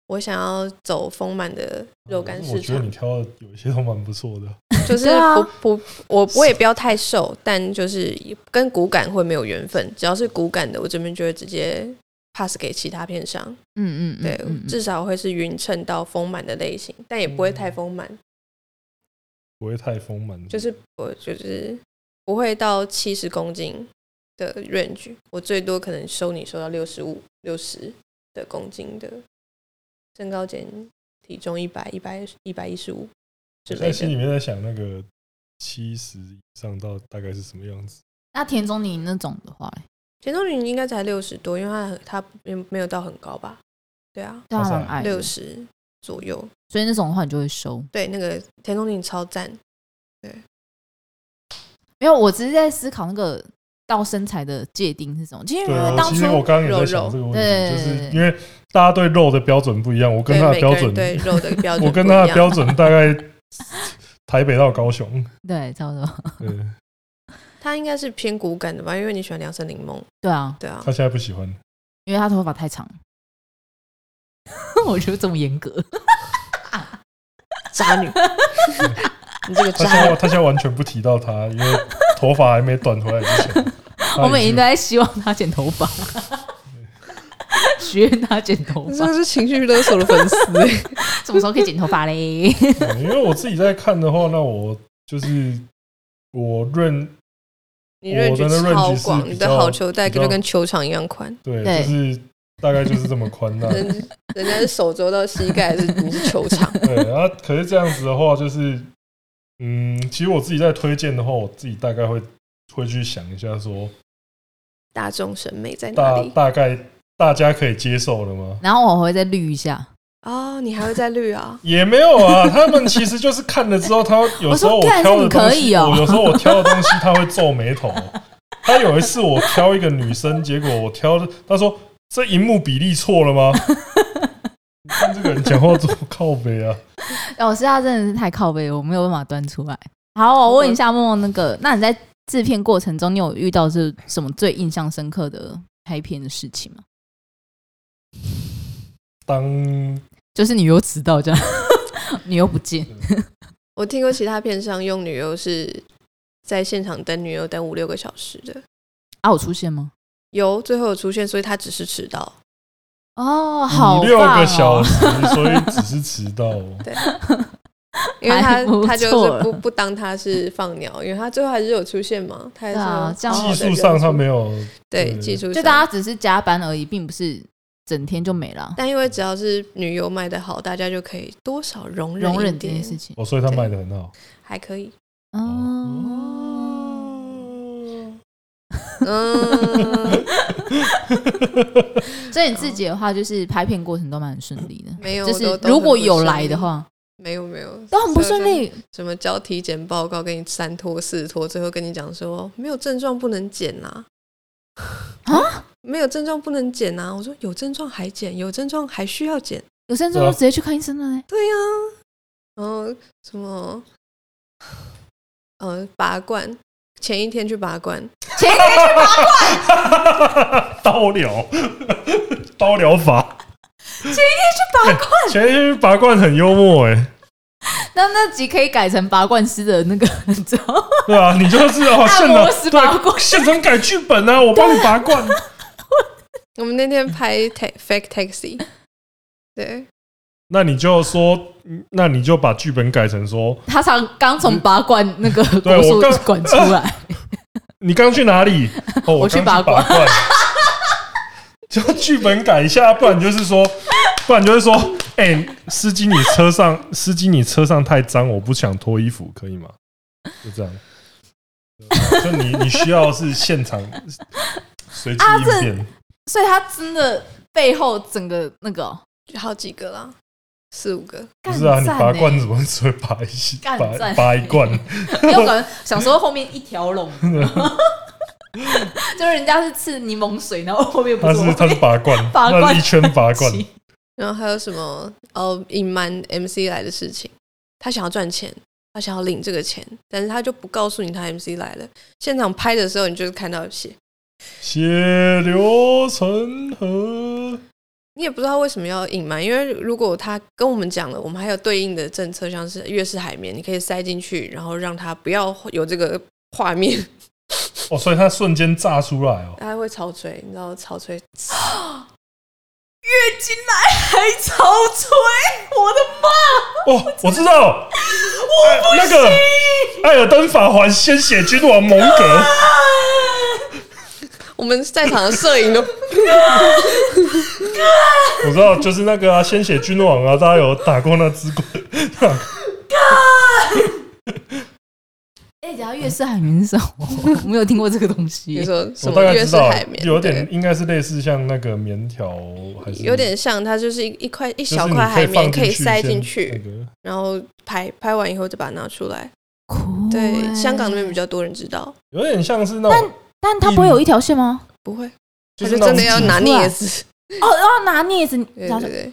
B: 我想要走丰满的肉干
A: 哦嗯我
B: 市
A: 觉得你
B: 场，
A: 挑的有一些都蛮不错的。
B: 就是
C: 对啊
B: 不不我我也不要太瘦，但就是跟骨感会没有缘分，只要是骨感的，我这边就会直接 pass 给其他片商，
C: 嗯嗯，嗯
B: 对，
C: 嗯嗯
B: 至少会是匀称到丰满的类型，但也不会太丰满，
A: 不会太丰满，
B: 就是我就是不会到七十公斤的 range，我最多可能收你收到六十五、六十的公斤的身高减体重一百、一百、一百一十五之
A: 我
B: 类
A: 在心里
B: 的。
A: 面在想那个七十以上到大概是什么样子。
C: 那田中你那种的话嘞，
B: 田中云应该才六十多，因为他很他没有没有到很高吧？对啊，
C: 对他
A: 哇塞
C: 蛮矮
B: 六
C: 的，
B: 十左右。
C: 所以那种的话你就会收。
B: 对，那个田中云超赞，
C: 没有，我只是在思考那个到身材的界定是什么，其实因
A: 对啊
C: 为，呃当
A: 其
C: 初
A: 实我刚刚也在
B: 肉
A: 想
B: 肉
A: 这个问
C: 对
A: 题，就是因为大家对肉的标准不一样，我跟他的
B: 对每个
A: 标
B: 人
A: 准，
B: 对肉的
A: [LAUGHS]
B: 标准
A: 我
B: 不一
A: 跟
B: 样，
A: 他的标准大概台北到高雄，
C: 对，差不多，
A: 对
B: 他应该是偏骨感的吧？因为你喜欢梁森柠檬，
C: 对啊，
A: [LAUGHS]
B: 对啊
A: 他，现在不喜欢。
C: 因为他头发太长， [LAUGHS] 我觉得这么严格，
B: 渣女， [LAUGHS] 你这个
A: 他现
B: 渣
A: 在
B: 女，
A: 他现在完全不提到他，因为头发还没短回来之前，啊
C: 我们一直在希望他剪头发，
A: [LAUGHS]
C: [LAUGHS] 许愿他剪头
B: 你
A: 嗯
C: 发，
B: 是情绪勒索的粉丝、欸
C: 什么时候可以剪头发嘞？
A: 对因为我自己在看的话，那我就是我认
B: [LAUGHS] 你
A: 我
B: range
A: 真的 range
B: 超
A: 是
B: 广，
A: 比
B: 你的
A: 较
B: 好球带
A: 比
B: 就
A: 较
B: 跟球场一样宽，
A: 对，
C: 对
A: 就是大概就是这么宽
B: [LAUGHS]
A: 大。
B: 人人家是手肘到膝盖，还是你是球场？
A: 对，然后可是这样子的话，就是，嗯，其实我自己在推荐的话，我自己大概会会去想一下说
B: [LAUGHS] 大众审美在哪
A: 大 [LAUGHS]
B: 里？
A: 大概大家可以接受的
C: [LAUGHS]
A: 吗？
C: 然后我会再滤一下， [LAUGHS]
B: 哦，你还会再绿啊？
A: 也没有啊，他们其实就是看了之后，他有时候
C: 我说
A: 我挑的
C: 干这
A: 东
C: 你可以
A: 西，
C: 哦
A: 我有时候我挑的东西，他会皱眉头。他有一次我挑一个女生，结果我挑的，他说这荧幕比例错了吗？
C: [LAUGHS]
A: 你看这个人讲话怎么靠北啊？
C: 老师他真的是太靠背了，我没有办法端出来。好，我问一下梦梦那个，那你在制片过程中，你有遇到是什么最印象深刻的拍片的事情吗？ [LAUGHS]
A: 当
C: 就是你又迟到这样， [LAUGHS] 你又不见，
B: 我听过其他片商用女优是在现场等女优等五六个小时的，
C: 啊，我出现吗？
B: 有最后有出现，所以他只是迟 [LAUGHS] 到。
C: 哦，好、
A: 五
C: 哦，
A: 六个小时，所以只是迟到哦。
B: 对，因为他
C: 还不错
B: 他就是不不当他是放鸟，因为他最后还是有出现嘛，他还是
C: 对啊这
B: 有
C: 样
B: 好好
A: 技
B: 地
A: 术上他
B: 认出
A: 没有，
B: 对
A: 对
B: 技术
C: 就
B: 上
C: 大家只是加班而已，并不是整天就没了。
B: 但因为只要是女优卖的好，大家就可以多少容忍
C: 容忍
B: 一
C: 这件
B: 点
C: 事，情，
A: 哦，所以他卖的很好。
B: 还可以。
C: 哦， [LAUGHS]
B: 嗯，
C: 所以你自己的话，就是拍片过程都蛮顺利的。
B: 没有，
C: 就是
B: 都都
C: 如
B: 很
C: 果
B: 不
C: 有
B: 顺
C: 来的
B: 利，
C: 话，
B: 没有没有
C: 都很不顺。利。
B: 什么交体检报告跟你三拖四拖，最后跟你讲说没有症状不能检呐、啊。 [LAUGHS] 没有症状不能检呐、我说有症状还检，有症状还需要检。
C: 有甚至
A: 对
C: 就
A: 啊
C: 直接去看医生 [LAUGHS] 了嘞。
B: 对呀、然后什么，呃，拔罐，前一天去拔罐，
C: 前一
A: [LAUGHS]
C: 天
A: 刀疗， [LAUGHS] 刀疗 [LAUGHS] 法，
C: 去拔罐，
A: 前天拔罐很幽默哎、
C: 那那集可以改成拔罐师的那个， [LAUGHS] 你知道吗？
A: 对啊，你就是哦，现
C: [LAUGHS] 按摩师拔
A: 场
C: 罐
A: 对，现场改剧本啊，我帮你拔罐， [LAUGHS]
B: 我们那天拍 ta fake taxi，对，
A: 那你就说，那你就把剧本改成说，
C: 他刚刚从拔罐那个
A: 对
C: [LAUGHS] 国术
A: 我刚
C: 馆出来，
A: 你刚去哪
C: [LAUGHS]
A: 里？哦，我
C: 我
A: 刚
C: 去
A: 去拔
C: 拔罐
A: 罐， [LAUGHS] 就剧本改一下，不然就是说， [LAUGHS] 不然就是说，哎、司机，你车上，司机，你车上太脏，我不想脱衣服，可以吗？就这样。 [LAUGHS] 就你你需要是现场随机
C: 啊
A: 应
C: 这
A: 变，
C: [LAUGHS] 所以他真的背后整个那个哦
B: 就好几个啦，四五个。
A: 不是啊？
C: 干
A: 你
C: 赞
A: 拔
C: 欸
A: 罐怎么只会拔一起
C: 干
A: 拔
C: 赞
A: 拔一罐？
C: 因为我感觉小时候后面一条 [LAUGHS] 龙，就是人家是吃柠檬水，然后后面
A: [LAUGHS]
C: 不
A: 他
C: 是我
A: 是他是拔罐，
B: [LAUGHS]
C: 拔罐
A: 那是一圈拔
C: [GASPS]
A: 罐，
B: 然后还有什么呃隐瞒 MC 来的事情，他想要赚钱，他想要领这个钱，但是他就不告诉你他 MC 来了。现场拍的时候，你就是看到血，
A: 血流成河。
B: 你也不知道为什么要隐瞒，因为如果他跟我们讲了，我们还有对应的政策，像是月式海绵，你可以塞进去，然后让他不要有这个画面， [LAUGHS]
A: 哦，所以他瞬间炸出来哦。
B: 他会潮吹，你知道潮吹
C: 月经来还潮吹，我的妈！
A: 哦，我知
B: [LAUGHS]
A: 道，我那个 [LAUGHS] 艾尔登法环鲜血君王蒙格，
B: [LAUGHS] 我们在场的摄影都
A: 我知道，就是那个啊，鲜血君王啊，大家有打过那只鬼，
C: 哎，讲到月式海绵是什么？我没有听过这个东西。
B: 你说
A: 我
B: 什
A: 大
B: 么
A: 概
B: 月
A: 知
B: 式
A: 道啊
B: 海，绵，
A: 有
B: 对
A: 点应该是类似像那个棉条，还是
B: 有点像，它就是一一块一
A: 就是
B: 小
A: 你
B: 块海绵
A: 可
B: 可以塞
A: 进
B: 进去，然后拍拍完以后再把它拿出来。
C: 酷
B: 对，
C: 欸
B: 香港那边比较多人知道，
A: 有点像是那种，
C: 但它不会有一条线吗？
B: 不会，他
A: 就
B: 就是
A: 那种
B: 真的要
A: 纸
B: 拿
C: 出来 [LAUGHS]
B: 镊子，
C: 哦，要拿镊子，啊
B: 对
C: 然
B: 对
C: 后
B: 对，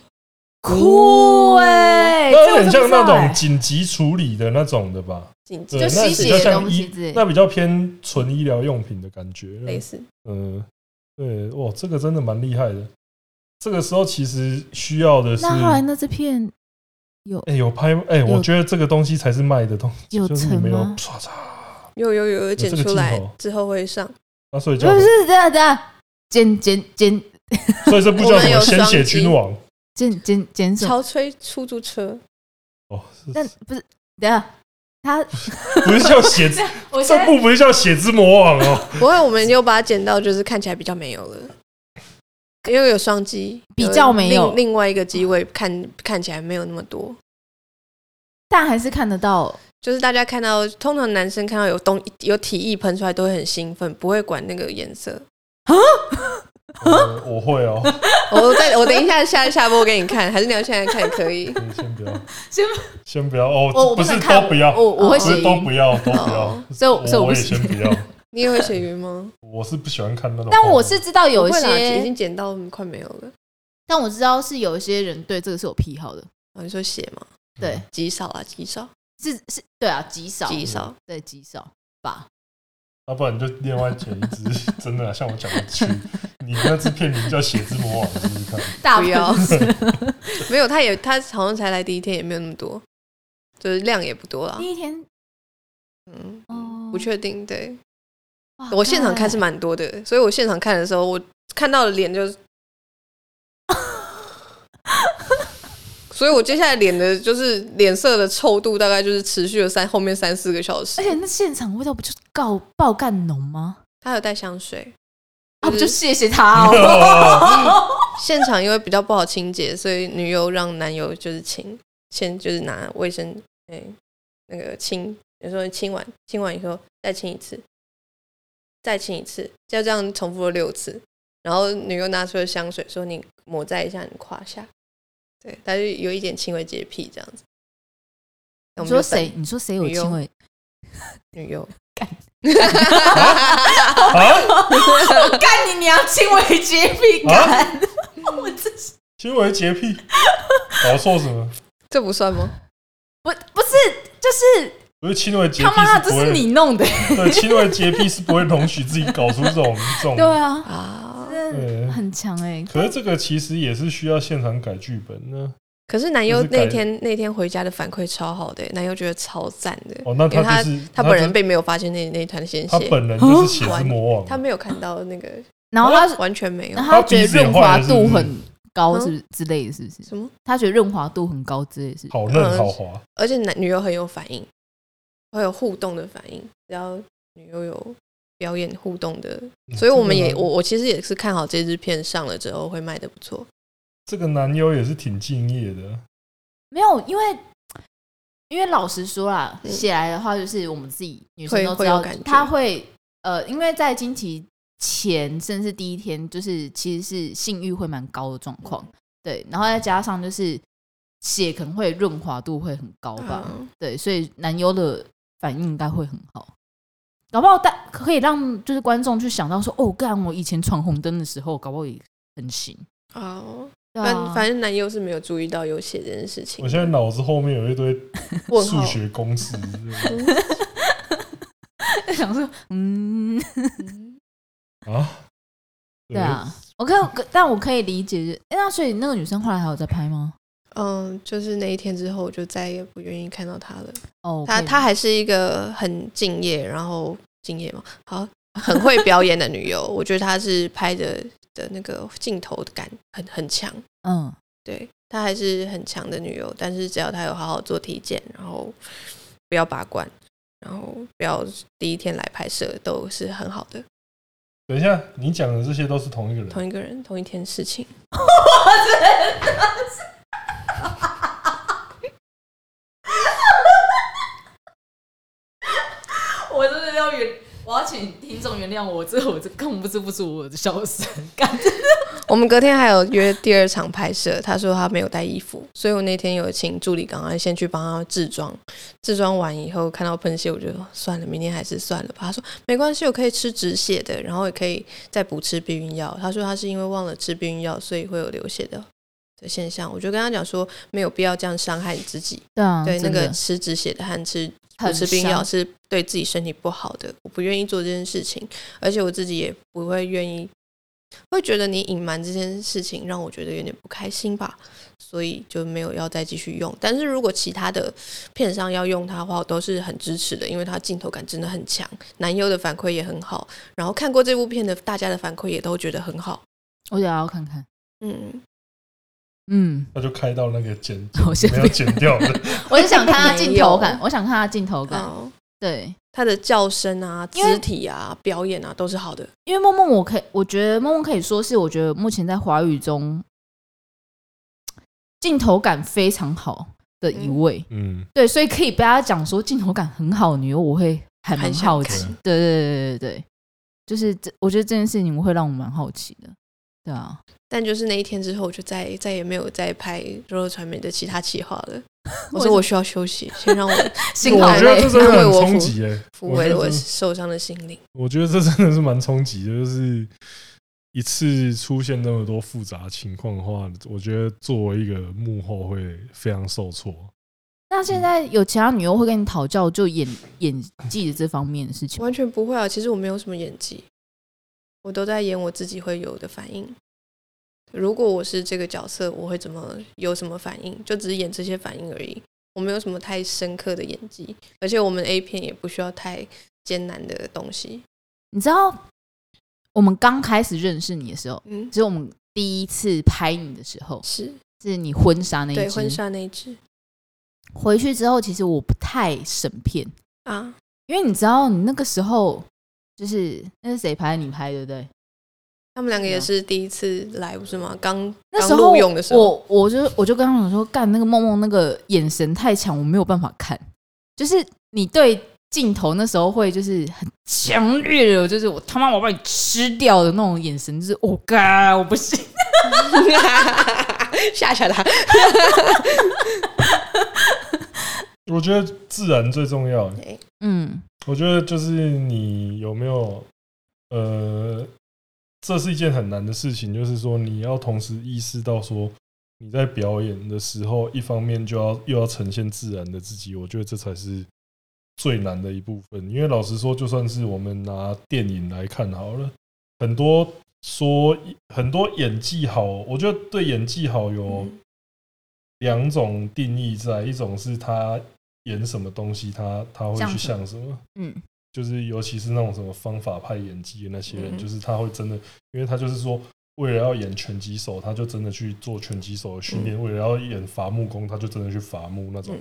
C: 酷哎，
A: 那有
C: 这
A: 点
C: 个真
A: 像
C: 不知
A: 那
C: 道
A: 种
C: 哎
A: 紧急处理的那种的吧？
B: 紧急
A: 对，
C: 就
A: 那
C: 吸
A: 比
C: 血
A: 较
C: 的
A: 像
C: 东西
A: 医
C: 之类的
A: 那比较偏纯医疗用品的感觉，
B: 类似。
A: 嗯，对，哇，这个真的蛮厉害的。这个时候其实需要的是，
C: 那后来那这片
A: 哎、有拍，哎、
C: 有
A: 我觉得这个东西才是卖的东西，
C: 有
A: 就是你
C: 成
A: 没有
C: 吗？
A: 唰唰，
B: 有有有有
A: 这
B: 剪
A: 个
B: 出
A: 镜
B: 来
A: 头
B: 之后会上，
A: 那啊所以
C: 不
A: 叫，
C: 是这样这样，剪剪剪
A: 所以这部
B: 我
A: 叫
B: 们
A: 什么
B: 有
A: 《鲜
B: 双
A: 血
B: 击
A: 君王》
C: 剪剪剪什么？
B: 潮吹出
A: [LAUGHS]
B: 租车，
A: 哦，是
C: 但不是等一下他，
A: 不是叫血
C: [LAUGHS]
A: 之？这
C: 我现在
A: 部不是叫《血之魔王》哦，
B: 不过我们又把它剪到就是看起来比较没有了。因为有双机，
C: 比较没有
B: 另另外一个机位看看起来没有那么多，
C: 但还是看得到
B: 就是大家看到，通常男生看到有东有体液喷出来都会很兴奋，不会管那个颜色。
A: 呃我会哦，
B: 我在我等一下下下播给你看，还是你要现在看也可以？
A: 先先不要，
C: 先
A: 先不要哦，
C: 我我
A: 不
C: 不
A: 是
C: 能
A: 都
C: 看
A: 不要，
C: 我我会
A: 不是
C: 写
A: 都
C: 晕
A: 不，要，都不要
B: 哦，
C: 所以我所以
A: 我
C: 我
A: 也
C: 不
A: 先
C: 行。
A: 不要，
B: 你也会写云吗？
A: 我是不喜欢看那种画面，
C: 但我是知道有一
B: 不会啦已
C: 些，
B: 经剪到快没有了。
C: 但我知道是有一些人对这个是有癖好的，
B: 哦，你说写嘛，
C: 对，
B: 极少啊，极少，
C: 是是，对啊，极少，
B: 极少。
C: 对，极少吧。
A: 要啊不然你就另外剪一只，真的啊、像我讲的去，你那只片名叫《血之魔王》，试试看。
C: 大
B: 不
C: 部
B: 要
C: 分是
B: 没有，他也他好像才来第一天，也没有那么多，就是量也不多啦。
C: 第一天，
B: 嗯，
C: 哦，
B: 不确定。对
C: 哇
B: 我现场
C: 干
B: 看是蛮多的，所以我现场看的时候，我看到的
C: [LAUGHS]
B: 脸就是，所以我接下来脸的就是脸色的臭度，大概就是持续了三后面三四个小时
C: 而。且那现场味道不就是告爆干浓吗？
B: 他有带香水，
C: 啊，
B: 就
C: 不
B: 是
C: 就谢谢他
A: 哦
C: [LAUGHS] 哦。
B: 现场因为比较不好清洁，所以女友让男友就是清，先就是拿卫生哎、那个清，有时候清完清完以后再清一次，再清一次，就这样重复了六次。然后女友拿出了香水，说你抹在一下你胯下，对，他就有一点轻微洁癖这样子。那我
C: 你
B: 们
C: 说
B: 就等
C: 谁？你说谁有
B: 女优
C: 轻微？
B: 女友？
C: 干
A: 啊，
C: 干你娘轻微洁癖感！我真是
A: 轻微洁癖，搞错什么？
B: 这不算吗？
C: 不不是，就是
A: 不是轻微洁癖
C: 他妈
A: 是
C: 这
A: 不
C: 是
A: 会，
C: 你弄的，
A: 对，轻微洁癖是不会容许自己搞出这种这种。
C: [LAUGHS] 对
B: [LAUGHS]
C: 啊，
B: 啊，
C: 真的很强哎、
A: 可是这个其实也是需要现场改剧本呢。
B: 可是男友
A: 就是改
B: 那天那天回家的反馈超好的、男友觉得超赞的。
A: 哦，那
B: 因为
A: 他就是
B: 他本人被没有发现那那一团鲜
A: 他
B: 血，
A: 本人就是血之魔
B: 他
A: 王，啊
B: 没有看到那个，
C: 然后他是，
B: 完全没有
C: 然后他觉得润滑度
A: 他鼻子也坏了是
C: 很高，是不是之类的？是不是？
B: 什么，
C: 他觉得润滑度很高之类的是不是？
A: 好
B: 呃
A: 嫩好滑。
B: 而且男女友很有反应，会有互动的反应，然后女友有表演互动的，
A: 嗯
B: 所以我们也
A: 这个
B: 我我其实也是看好这支片上了之后会卖的不错。
A: 这个男优也是挺敬业的，
C: 没有，因为因为老实说啦，
B: 嗯
C: 写来的话就是我们自己女生都知
B: 会
C: 道
B: 有感觉，
C: 她会呃，因为在经期前甚至第一天，就是其实是性欲会蛮高的状况，
B: 嗯
C: 对，然后再加上就是血可能会润滑度会很高吧，
B: 嗯
C: 对，所以男优的反应应该会很好。搞不好大可以让就是观众去想到说，哦，干我以前闯红灯的时候，搞不好也很行。
B: 哦，
C: 对
B: 反
C: 啊，
B: 反正男优是没有注意到有写这件事情
A: 我。现在脑子后面有一堆
B: 问
A: 数
B: 号，
A: 学公式，对
C: 在 [LAUGHS] 想说，嗯，
A: 啊，
C: 对啊，我可以可但我可以理解，哎那所以那个女生后来还有在拍吗？
B: 嗯，就是那一天之后，我就再也不愿意看到他了。
C: 哦，
B: 她
C: 可以
B: 她还是一个很敬业，然后敬业嘛，好，很会表演的女优。我觉得她是拍的的那个镜头感很很强，
C: 嗯，
B: 对她还是很强的女优。但是只要她有好好做体检，然后不要拔罐，然后不要第一天来拍摄，都是很好的。
A: 等一下，你讲的这些都是同一个人，
B: 同一个人，同一天事情，
C: [LAUGHS] 我真的要原，我要请听众原谅我，这我这根本不知不出我的笑声，感觉
B: 我们隔天还有约第二场拍摄，他说他没有带衣服，所以我那天有请助理赶快先去帮他制装。制装完以后看到喷蟹，我就说算了，明天还是算了吧。他说没关系，我可以吃止血的，然后也可以再补吃避孕药。他说他是因为忘了吃避孕药，所以会有流血
C: 啊
B: 的的现象。我就跟他讲说没有必要这样伤害你自己。
C: 对啊，
B: 对，那
C: 真
B: 个
C: 的
B: 吃止血的和吃不
C: 很
B: 吃避孕
C: 伤
B: 药是对自己身体不好的，我不愿意做这件事情，而且我自己也不会愿意，会觉得你隐瞒这件事情让我觉得有点不开心吧，所以就没有要再继续用。但是如果其他的片商要用它的话，我都是很支持的，因为它镜头感真的很强，男优的反馈也很好，然后看过这部片的大家的反馈也都觉得很好。
C: 我也要看看，
B: 嗯，
C: 嗯， [LAUGHS]
A: 他就开到那个剪，
C: 我先
A: 没有剪掉的， [LAUGHS]
C: 我就想看他镜头感
B: 没，
C: 我想看他镜头感，
B: 哦，
C: 对，
B: 他的叫声啊、
C: 因为
B: 肢体啊、表演啊都是好的。
C: 因为梦梦，我可以，我觉得梦梦可以说是，我觉得目前在华语中镜头感非常好的一位，
A: 嗯，
C: 对，所以可以被他讲说镜头感很好的女优，我会还蛮
B: 很想
C: 好
B: 看
C: 奇，对对对对对，就是这，我觉得这件事情我会让我蛮好奇的，对啊，
B: 但就是那一天之后，我就再再也没有再拍柔柔传媒的其他企划了。我
C: 为什么
B: 说我需要休息，先让我 [LAUGHS]
C: 心
A: 我
C: 好
A: 觉得
C: 累
A: 这，真的
B: 安慰
A: 很
B: 我
A: 冲
B: 父
A: 击诶，
B: 抚慰
A: 我觉
B: 我
A: 得
B: 受伤的心灵。
A: 我觉得这真的是蛮冲击的，就是一次出现那么多复杂情况的话，我觉得作为一个幕后会非常受挫。
C: 那现在有其他女优会跟你讨教就演演技的这方面的事情吗？
B: 完全不会啊，其实我没有什么演技，我都在演我自己会有的反应。如果我是这个角色，我会怎么有什么反应？就只是演这些反应而已，我没有什么太深刻的演技，而且我们 A 片也不需要太艰难的东西。
C: 你知道我们刚开始认识你的时候，
B: 嗯，
C: 就是我们第一次拍你的时候，
B: 是
C: 是你婚纱那一
B: 对
C: 支
B: 婚纱那一只
C: 回去之后，其实我不太审片，
B: 啊，
C: 因为你知道，你那个时候就是那是谁拍的？你拍对不对？
B: 他们两个也
C: 是
B: 是第一次来，不是吗？刚
C: 那
B: 刚
C: 时候
B: 录用的时候，
C: 我我就我就跟他们说，干那个梦梦那个眼神太强，我没有办法看。就是你对镜头那时候会就是很强烈的，就是我他妈我把你吃掉的那种眼神，就是我干、我不行。
B: [LAUGHS] 吓吓他，
A: 我觉得自然最重要，
C: [LAUGHS] 嗯，
A: 我觉得就是你有没有，呃，这是一件很难的事情，就是说你要同时意识到说你在表演的时候，一方面就要又要呈现自然的自己，我觉得这才是最难的一部分。因为老实说，就算是我们拿电影来看好了，很多说很多演技好，我觉得对演技好有
B: 嗯
A: 两种定义在，一种是他演什么东西，他他会去
C: 像什
A: 像什么。
C: 嗯，
A: 就是尤其是那种什么方法派演技的那些人，
B: 嗯
A: 就是他会真的，因为他就是说，为了要演拳击手，他就真的去做拳击手的训练；为了要演伐木工，他就真的去伐木那种。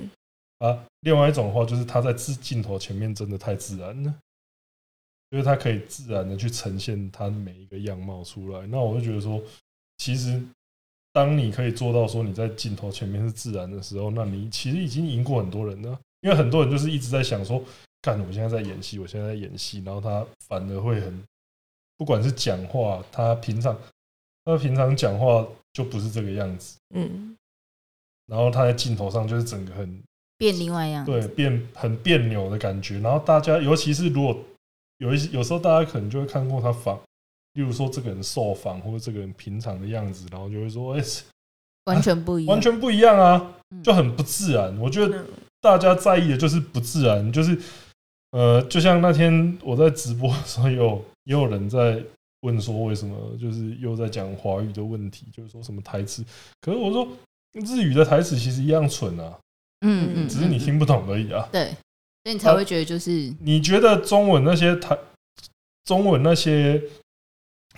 B: 嗯，
A: 啊，另外一种的话就是他在自镜头前面真的太自然了，就是他可以自然的去呈现他每一个样貌出来。那我就觉得说，其实当你可以做到说你在镜头前面是自然的时候，那你其实已经赢过很多人了。因为很多人就是一直在想说，干，我现在在演戏，我现在在演戏，然后他反而会很，不管是讲话，他平常他平常讲话就不是这个样子，
B: 嗯，
A: 然后他在镜头上就是整个很
C: 变另外一样。
A: 对变很别扭的感觉。然后大家，尤其是如果有一些有时候大家可能就会看过他访，例如说这个人受访或者这个人平常的样子，然后就会说，哎、
C: 完全不一样，
A: 完全不一样啊
C: 嗯，
A: 就很不自然。我觉得
B: 嗯
A: 大家在意的就是不自然，就是呃，就像那天我在直播的时候，有也有人在问说为什么就是又在讲华语的问题，就是说什么台词，可是我说日语的台词其实一样蠢啊，
C: 嗯嗯，
A: 只是你
C: 嗯
A: 听不懂而已啊。
C: 对，所以你才会觉得就是
A: 你觉得中文那些台中文那些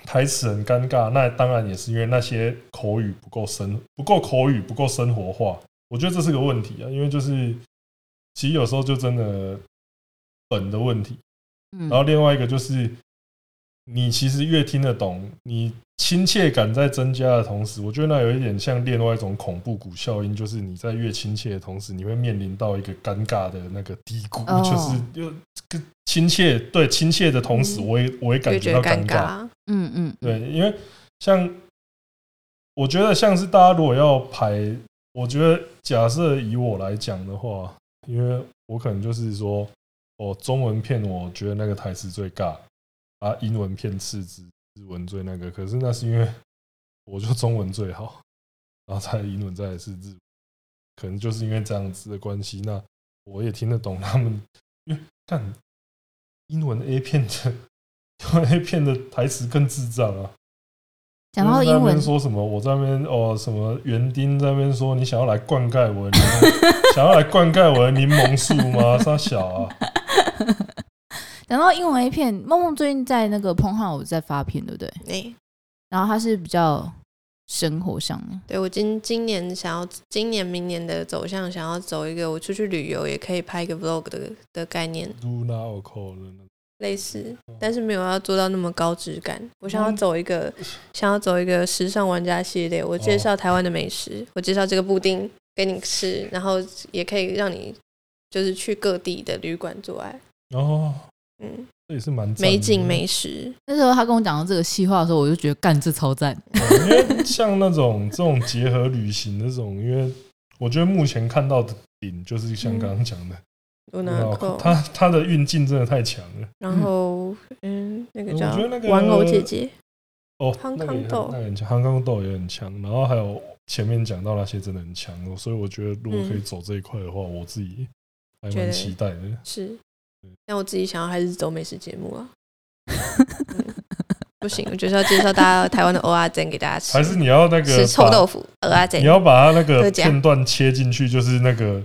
A: 台词很尴尬，那当然也是因为那些口语不够生，不够口语，不够生活化。我觉得这是个问题啊，因为就是其实有时候就真的本的问题。
C: 嗯
A: 然后另外一个就是，你其实越听得懂，你亲切感在增加的同时，我觉得那有一点像另外一种恐怖谷效应，就是你在越亲切的同时，你会面临到一个尴尬的那个低谷，
C: 哦
A: 就是又这个亲切对亲切的同时，
B: 嗯
A: 我也我也感
B: 越
A: 觉
B: 觉
A: 到
B: 得
A: 尴
B: 尴
A: 尬。
B: 尬，
C: 嗯嗯，
A: 对，因为像我觉得像是大家如果要排，我觉得假设以我来讲的话，因为我可能就是说，哦，中文片我觉得那个台词最尬，啊，英文片次之，日文最那个，可是那是因为我就中文最好， [LAUGHS] 然后再来英文再来是日文，可能就是因为这样子的关系，那我也听得懂他们，因为看英文 A 片的。 [LAUGHS] 因为 A 片的台词更智障啊！
C: 讲到
A: 就是在那
C: 英文
A: 边，说什么，我在那边哦什么园丁在那边说你想要来灌溉我的柠檬想要来灌溉我的柠檬树吗？傻小
C: [LAUGHS]
A: 啊！
C: 讲到英文 A 片，梦梦最近在那个彭浩有在发片，对不对？
B: 哎，
C: 然后他是比较生活上的，
B: 对我今今年想要，今年明年的走向想要走一个我出去旅游也可以拍一个 vlog 的的概念，
A: Luna o c o 的那
B: 类似
A: 哦，
B: 但是没有要做到那么高质感。我想要
A: 嗯
B: 走一个，想要走一个时尚玩家系列。我介绍台湾的美
A: 哦
B: 食，我介绍这个布丁给你吃，然后也可以让你就是去各地的旅馆做爱。
A: 然后
B: 嗯，
A: 这也是蛮赞的
B: 美景美食，
C: 那时候他跟我讲到这个细化的时候，我就觉得干这超赞，
A: 因为像那种这种结合旅行的这种，因为我觉得目前看到的顶就是像刚刚讲的，
B: 我拿
A: Luna Ocol，，
B: 扣
A: 它它的运镜真的太强了
B: 嗯然后嗯，那个
A: 我
B: 叫
A: 觉得那个
B: 玩偶姐姐，
A: 哦，
B: 康
A: 那个也很
B: 康豆
A: 那个很强，康康豆也很强，然后还有前面讲到那些真的很强哦，所以我觉得如果可以
B: 嗯
A: 走这一块的话，我自己还
B: 觉
A: 蛮
B: 得
A: 期待的。
B: 是
A: 对，
B: 但我自己想要还是走美食节
A: [LAUGHS]
B: 目啊。嗯不行，我就是要介绍大家台湾的蚵仔煎给大家吃，
A: 还是你要那个
B: 吃臭豆
A: 把，
B: 腐、蚵仔
A: 你
B: 煎。
A: 要 [LAUGHS] 把它那个
B: 客家
A: 片段切进去，就是那个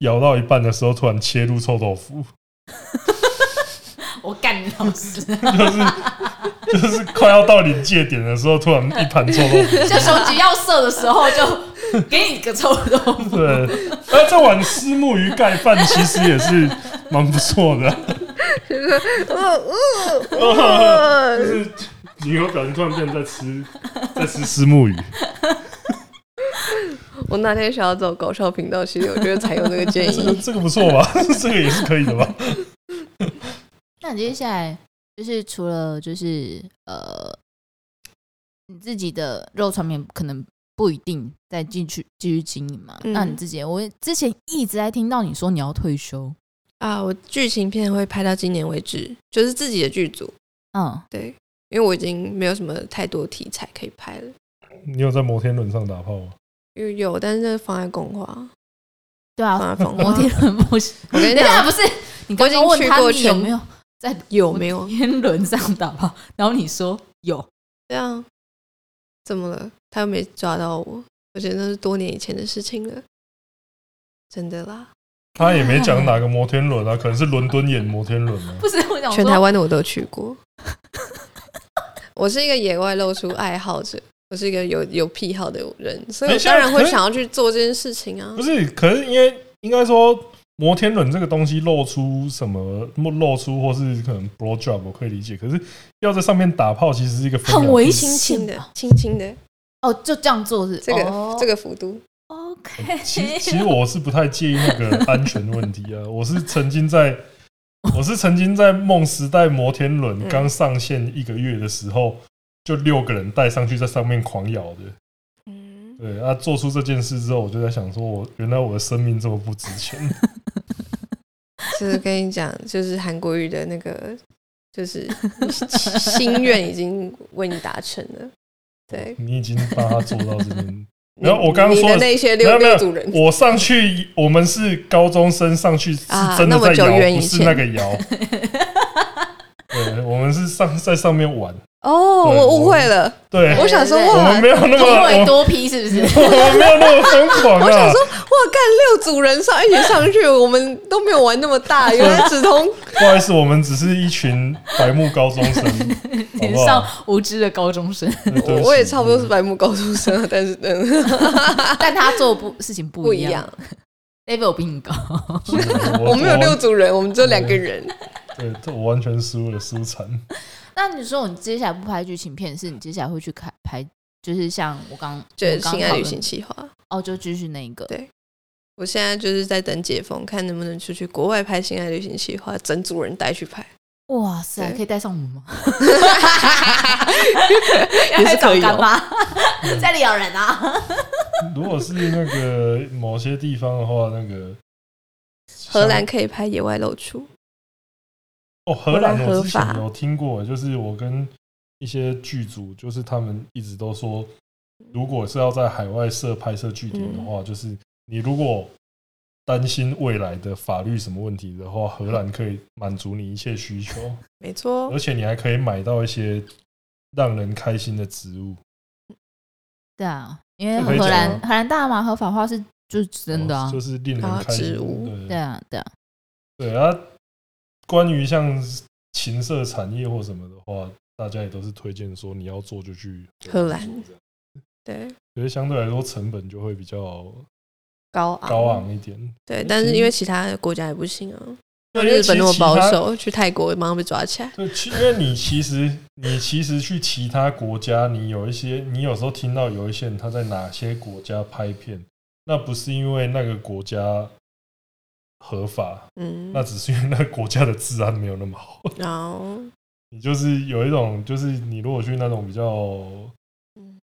A: 咬到一半的时候突然切入臭豆腐， [LAUGHS]
C: 我干你老 [LAUGHS] 师，
A: 就是就是快要到临界点的时候，突然一盘臭豆腐。
C: 就手指要射的时候就给你个臭豆腐，
A: 对，而这碗虱目鱼盖饭其实也是蛮不错
B: [LAUGHS]
A: 的。啊就是你有表情突然变在吃在吃石目鱼，
B: [LAUGHS] 我那天想要走搞笑频道系列，我觉得采用这个
A: [LAUGHS]
B: 建
A: 这个 [LAUGHS]
B: 议。
A: 这个不错吧？这个也是可以的吧？
C: 那你接下来就是除了就是呃，你自己的肉传面可能不一定再进去继续经营嘛？
B: 嗯
C: 那你自己，我之前一直在听到你说你要退休，
B: 啊，我剧情片会拍到今年为止，就是自己的剧组。
C: 嗯，
B: 对，因为我已经没有什么太多题材可以拍了，
A: 你有在摩天轮上打炮吗？
B: 因为有，但是那个妨碍光华，
C: 对
B: 妨
C: 啊，
B: 碍风
C: 摩
B: 化。
C: 天轮不
B: [LAUGHS]
C: 行，
B: 我跟你
C: 等一下
B: 讲，
C: 不是，你刚刚
B: 啊我
C: 问
B: 已经去
C: 他
B: 过
C: 你有
B: 全
C: 没有在
B: 有没有
C: 摩？天轮上打炮，然后你说有，
B: 对啊，怎么了？他又没抓到我，我觉得那是多年以前的事情了，真的啦，
A: 他也没讲哪个摩天轮啊，可能是伦敦眼摩天轮啊。
C: 不是哦我想
B: 全台
C: 说
B: 湾的我都去过。我是一个野外露出爱好者，我是一个有有癖好的人，所以
A: 等
B: 我
A: 一下
B: 当然会
A: 啊可是
B: 想要去做这件事情啊
A: 不。是，可是因为应该说摩天轮这个东西露出什么露出，或是可能 blow job 我可以理解，可是要在上面打炮其实是一个分
C: 很
A: 两
C: 危
A: 地
C: 险
B: 轻轻
C: 吧
B: 的，轻轻的，
C: 哦，就这样做是
B: 这个、
C: 哦
B: 这个幅度，
C: OK，
A: [LAUGHS] 其实
C: [LAUGHS]
A: 其实我是不太介意那个安全问题啊， [LAUGHS] 我是曾经在，我是曾经在梦时代摩天轮
B: 嗯
A: 刚上线一个月的时候，就六个人带上去在上面狂咬的。
B: 嗯，
A: 对啊，做出这件事之后，我就在想说我，原来我的生命这么不值钱。
B: [LAUGHS] 就是跟你讲，就是韩国语的那个，就是 [LAUGHS] 心愿已经为你达成了。 [LAUGHS] 对，
A: 你已经把它做到这边。
B: 你
A: 然后我刚刚
B: 你
A: 说
B: 的
A: 的
B: 那些
A: 没
B: [LAUGHS] 六
A: 有没
B: 六
A: 有
B: 组人，
A: 我上去，我们是高中生上去是
B: 啊
A: 真
B: 那
A: 的
B: 么
A: 在
B: 久
A: 摇，
B: 远以
A: 不
B: 前
A: 是那个
B: [LAUGHS]
A: 摇。对，我们是上在上面玩。
B: 哦，
A: 对
B: 我
A: 我
B: 误会了，
A: 对，
B: 我想说
C: 对
A: 我
B: 哇，
A: 们没有那么，
C: 同为
A: 我
C: 多批是不是？
A: 我们没有那么疯狂
B: 我想
A: 啊
B: 说，！哇，干六组人上一起上去，我们都没有玩那么 [LAUGHS] 大，原来只通
A: 不好意思，我们只是一群白目高中
B: [LAUGHS]
A: 生， [LAUGHS] 好
C: 年
A: 不
C: 少
A: 好？
C: 无知的高中生，
A: [LAUGHS] 对对
B: 我
A: 起
B: 我也差不多是白目高中生啊，但是嗯
C: 但他做不事情不
B: 不
C: 一
B: 一样
C: 样，，level 比你高。
A: 我
B: [LAUGHS] 我们有六
A: 我
B: 组人，我们只有两个人，
A: 对，这我完全输了，输惨。
C: 那你说你接下来不拍剧情片，是你接下来会去看拍，就是像我刚
B: 就
C: 我
B: 是
C: 们刚
B: 性爱
C: 讨
B: 旅
C: 论
B: 行计划。
C: 哦，就继续那一个
B: 对我现在就是在等解封，看能不能出去国外拍性爱旅行计划，整组人带去拍，
C: 哇塞，
B: 对
C: 可以带上我吗？
B: [LAUGHS] 也是可以、
C: 干
B: 哦。
C: 妈，家里有人啊。
A: 如果是那个某些地方的话，那个
B: 荷兰可以拍野外露出，
A: 哦，荷兰
B: 荷兰
A: 我
B: 合
A: 之
B: 法
A: 前有听过，就是我跟一些剧组，就是他们一直都说，如果是要在海外设拍摄据点的
B: 嗯
A: 话，就是你如果担心未来的法律什么问题的话，荷兰可以满足你一切需求，
B: 没错
A: 而。且你还可以买到一些让人开心的植物。
C: 对啊，因为
A: 这可以
C: 荷
A: 讲
C: 兰
A: 吗
C: 荷兰大麻合法化是就是真的
A: 哦
C: 啊
A: 就。是令
B: 啊
A: 人开
B: 植物
A: 心。
C: 对啊，对啊，
A: 对啊，关于像情色产业或什么的话，大家也都是推荐说你要做就去
B: 荷兰
A: 做这样
B: 对，
A: 可是相对来说成本就会比较
B: 高昂，
A: 高昂一点。
B: 对，但是因为其他国家也不行啊，
A: 对因为
B: 日本那么
A: 其
B: 保
A: 其他
B: 守，去泰国马上被抓起来。
A: 对，其因为你其实你其实去其他国家，你有一些你有时候听到有一些人他在哪些国家拍片，那不是因为那个国家合法，
B: 嗯，
A: 那只是因为那个国家的治安没有那么好。
B: 然后
A: 你就是有一种，就是你如果去那种比较
B: 嗯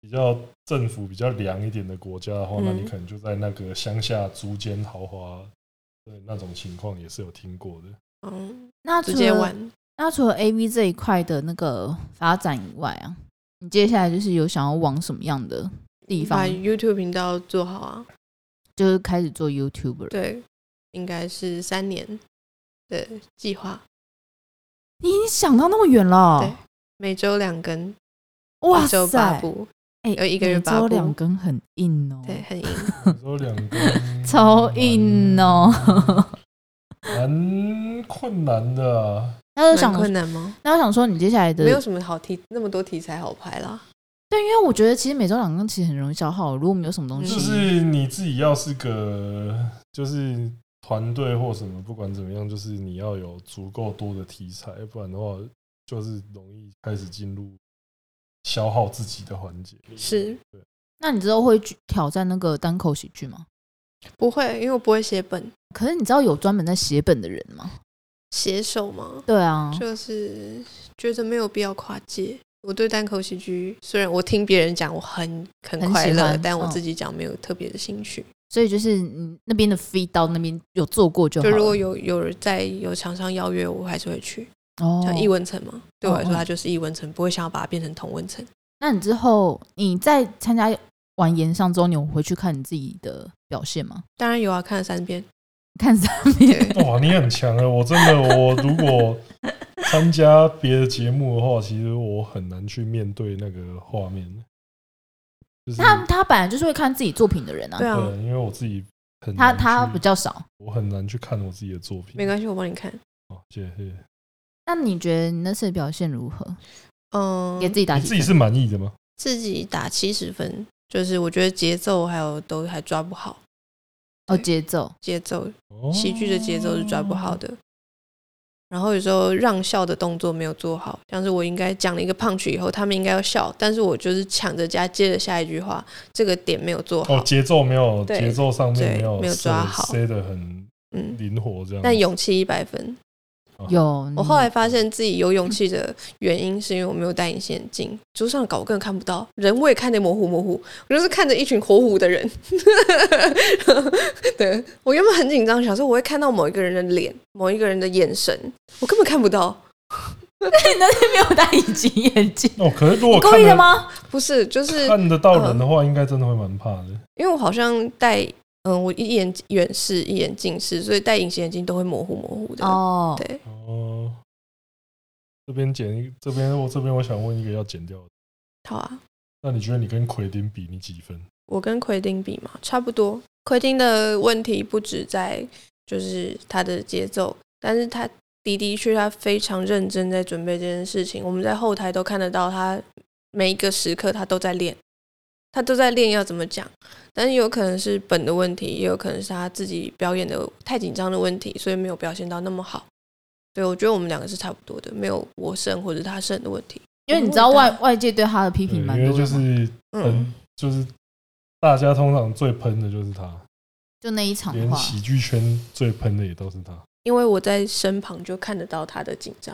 A: 比较政府比较凉一点的国家的话，
B: 嗯
A: 那你可能就在那个乡下租间豪华，对那种情况也是有听过的。
B: 嗯，
C: 那
B: 直
C: 除
B: 接
C: 了
B: 玩。
C: 那除了 A V 这一块的那个发展以外啊，你接下来就是有想要往什么样的地
B: 把
C: 方？
B: YouTube 频道做好啊，
C: 就是开始做 YouTuber？
B: 对，应该是三年的计划，
C: 你已经想到那么远了哦？
B: 每周两更，
C: 哇
B: 一周
C: 塞！
B: 哦八部，
C: 哎、
B: 有一个月
C: 每
B: 八
C: 周
B: 部
C: 两根很硬哦，
B: 对，
C: [LAUGHS]
B: 很硬。
A: 有时候两个
C: 超硬哦。
A: 蛮困难的啊、
C: 那我
B: 很
C: 想，
B: 困难吗？
C: 那我想说，你接下来的
B: 没有什么好题，那么多题材好拍啦。
C: 对，因为我觉得其实每周两根其实很容易消耗，如果没有什么东西，
A: 就是你自己要是个就是团队或什么，不管怎么样，就是你要有足够多的题材，不然的话就是容易开始进入消耗自己的环节。
B: 是
A: 对，
C: 那你之后会去挑战那个单口喜剧吗？
B: 不会，因为我不会写本，
C: 可是你知道有专门在写本的人吗？
B: 写手嘛，
C: 对啊，
B: 就是觉得没有必要跨界。我对单口喜剧，虽然我听别人讲我很很
C: 很
B: 快
C: 喜
B: 乐，
C: 欢
B: 但我
C: 嗯
B: 自己讲没有特别的兴趣。
C: 所以就是你那边的 feed 到那边有做过就好
B: 就
C: 了。
B: 如果有有人在有厂商邀约我，我还是会去。
C: 哦，
B: 像易文层嘛，对我来说
C: 哦哦
B: 它就是易文层，不会想要把它变成同文层。
C: 那你之后你在参加完演上之后，你有回去看你自己的表现吗？
B: 当然有啊，看了三遍，
C: 看上面
B: 对
A: 哇，你很强啊！我真的，我如果参加别的节目的话，其实我很难去面对那个画面。就是
C: 他他本来就是会看自己作品的人啊，
B: 对啊，
A: 对，因为我自己很
C: 他
A: 难
C: 他
A: 去
C: 比较少。
A: 我很难去看我自己的作品。
B: 没关系，我帮你看。
A: 好，谢谢。
C: 那你觉得你那次的表现如何？
B: 嗯，
C: 给自己打
A: 你
C: 几
A: 自
C: 分
A: 己是满意的吗？
B: 自己打七十分，就是我觉得节奏还有都还抓不好，
C: 哦，节奏
B: 节奏
A: 哦
B: 喜剧的节奏是抓不好的。然后有时候让笑的动作没有做好，像是我应该讲了一个 punch 以后，他们应该要笑，但是我就是抢着加接着下一句话，这个点没有做好，
A: 哦，节奏没有，
B: 对
A: 节奏上面
B: 对
A: 没有
B: 没有抓好
A: 塞的很
B: 嗯，
A: 灵活这样子。
B: 但勇气一百分。
C: 有
B: 我
C: [LAUGHS]
B: 后来发现自己有勇气的原因，是因为我没有戴隐形眼镜，桌上的稿我根本看不到，人我也看得模糊模糊，我就是看着一群火虎的人。 [LAUGHS] 对我原本很紧张，想说我会看到某一个人的脸，某一个人的眼神，我根本看不到。
C: 你那天没有戴隐形眼镜，
A: 哦，可是如果
C: 你故
A: 看
C: 意
A: 得
C: 的吗？
B: [LAUGHS] 不是，就是
A: 看得到人的话，应该真的会蛮怕的。
B: 因为我好像戴，嗯，我一眼远视，一眼近视，所以戴隐形眼镜都会模糊模糊的。
C: 哦，
B: 对，
A: 哦，这边剪一，这边我这边我想问一个要剪掉的，
B: 好啊，
A: 那你觉得你跟奎丁比，你几分？
B: 我跟奎丁比嘛，差不多。奎丁的问题不止在就是他的节奏，但是他的的确他非常认真在准备这件事情。我们在后台都看得到他每一个时刻他都在练，他都在练要怎么讲。但是有可能是本的问题，也有可能是他自己表演的太紧张的问题，所以没有表现到那么好。对，我觉得我们两个是差不多的，没有我胜或者他胜的问题。
C: 因为你知道外外界对他的批评蛮
A: 因为
C: 多
A: 就
C: 的嘛，
A: 是
B: 嗯，
A: 嗯，就是大家通常最喷的就是他，
C: 就那一场
A: 连
C: 话，
A: 喜剧圈最喷的也都是他。
B: 因为我在身旁就看得到他的紧张。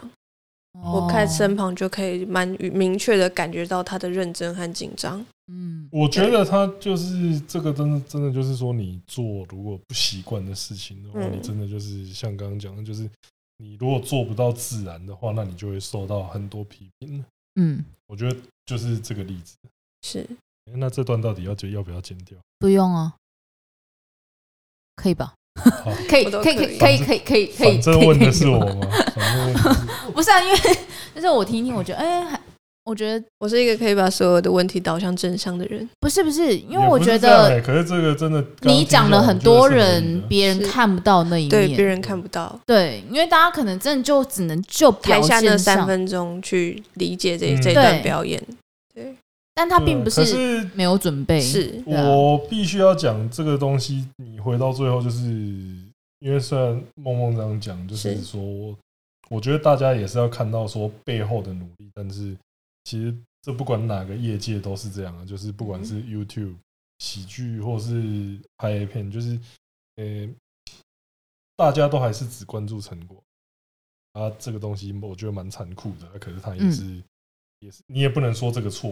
C: 哦
B: 我看身旁就可以蛮明确的感觉到他的认真和紧张。
C: 嗯，
A: 我觉得他就是这个，真的真的就是说，你做如果不习惯的事情的话，
B: 嗯
A: 你真的就是像刚刚讲的，就是你如果做不到自然的话，那你就会受到很多批评。
C: 嗯，
A: 我觉得就是这个例子。
B: 是
A: 那这段到底要剪要不要剪掉？
C: 不用啊，可以吧？
A: [LAUGHS] 好，
C: 可以，
B: 我都
C: 可以，可
A: 可
C: 以，
A: 以
C: 可以，可以，可以，
A: 反正
C: 可以
A: 问的是
C: 可以
A: 我
C: 吧
A: 嘛，反正问的是我
C: [LAUGHS] 不是啊，因为就是我听一听，我觉得，哎、还我觉得
B: 我是一个可以把所有的问题导向正向的人。
C: 不是不是，因为
A: 也
C: 我
A: 不是
C: 觉
A: 这样
C: 得
A: 欸可是这个真的刚刚
C: 你讲
A: 听下
C: 了
A: 来
C: 很
A: 我觉得
C: 多
A: 是合理
C: 人
A: 的
C: 别人
B: 是
C: 看不到那一
B: 对，别
C: 面，
B: 人看不到，
C: 对，因为大家可能真的就只能就
B: 台
C: 表
B: 下那
C: 现
B: 三
C: 上，
B: 分钟去理解这、
A: 嗯
B: 这段
C: 对
B: 表演。
C: 但他
A: 对啊
C: 并不
A: 可
C: 是
A: 是
C: 没有准备，
B: 是
C: 对啊
A: 我必须要讲这个东西，你回到最后，就是因为虽然梦梦这样讲，就是
B: 是
A: 说，我觉得大家也是要看到说背后的努力，但是其实这不管哪个业界都是这样啊，就是不管是
C: 嗯
A: YouTube 喜剧或是拍 A 片，就是呃、大家都还是只关注成果。啊，这个东西我觉得蛮残酷的，啊可是它也
C: 嗯
A: 是，也是你也不能说这个错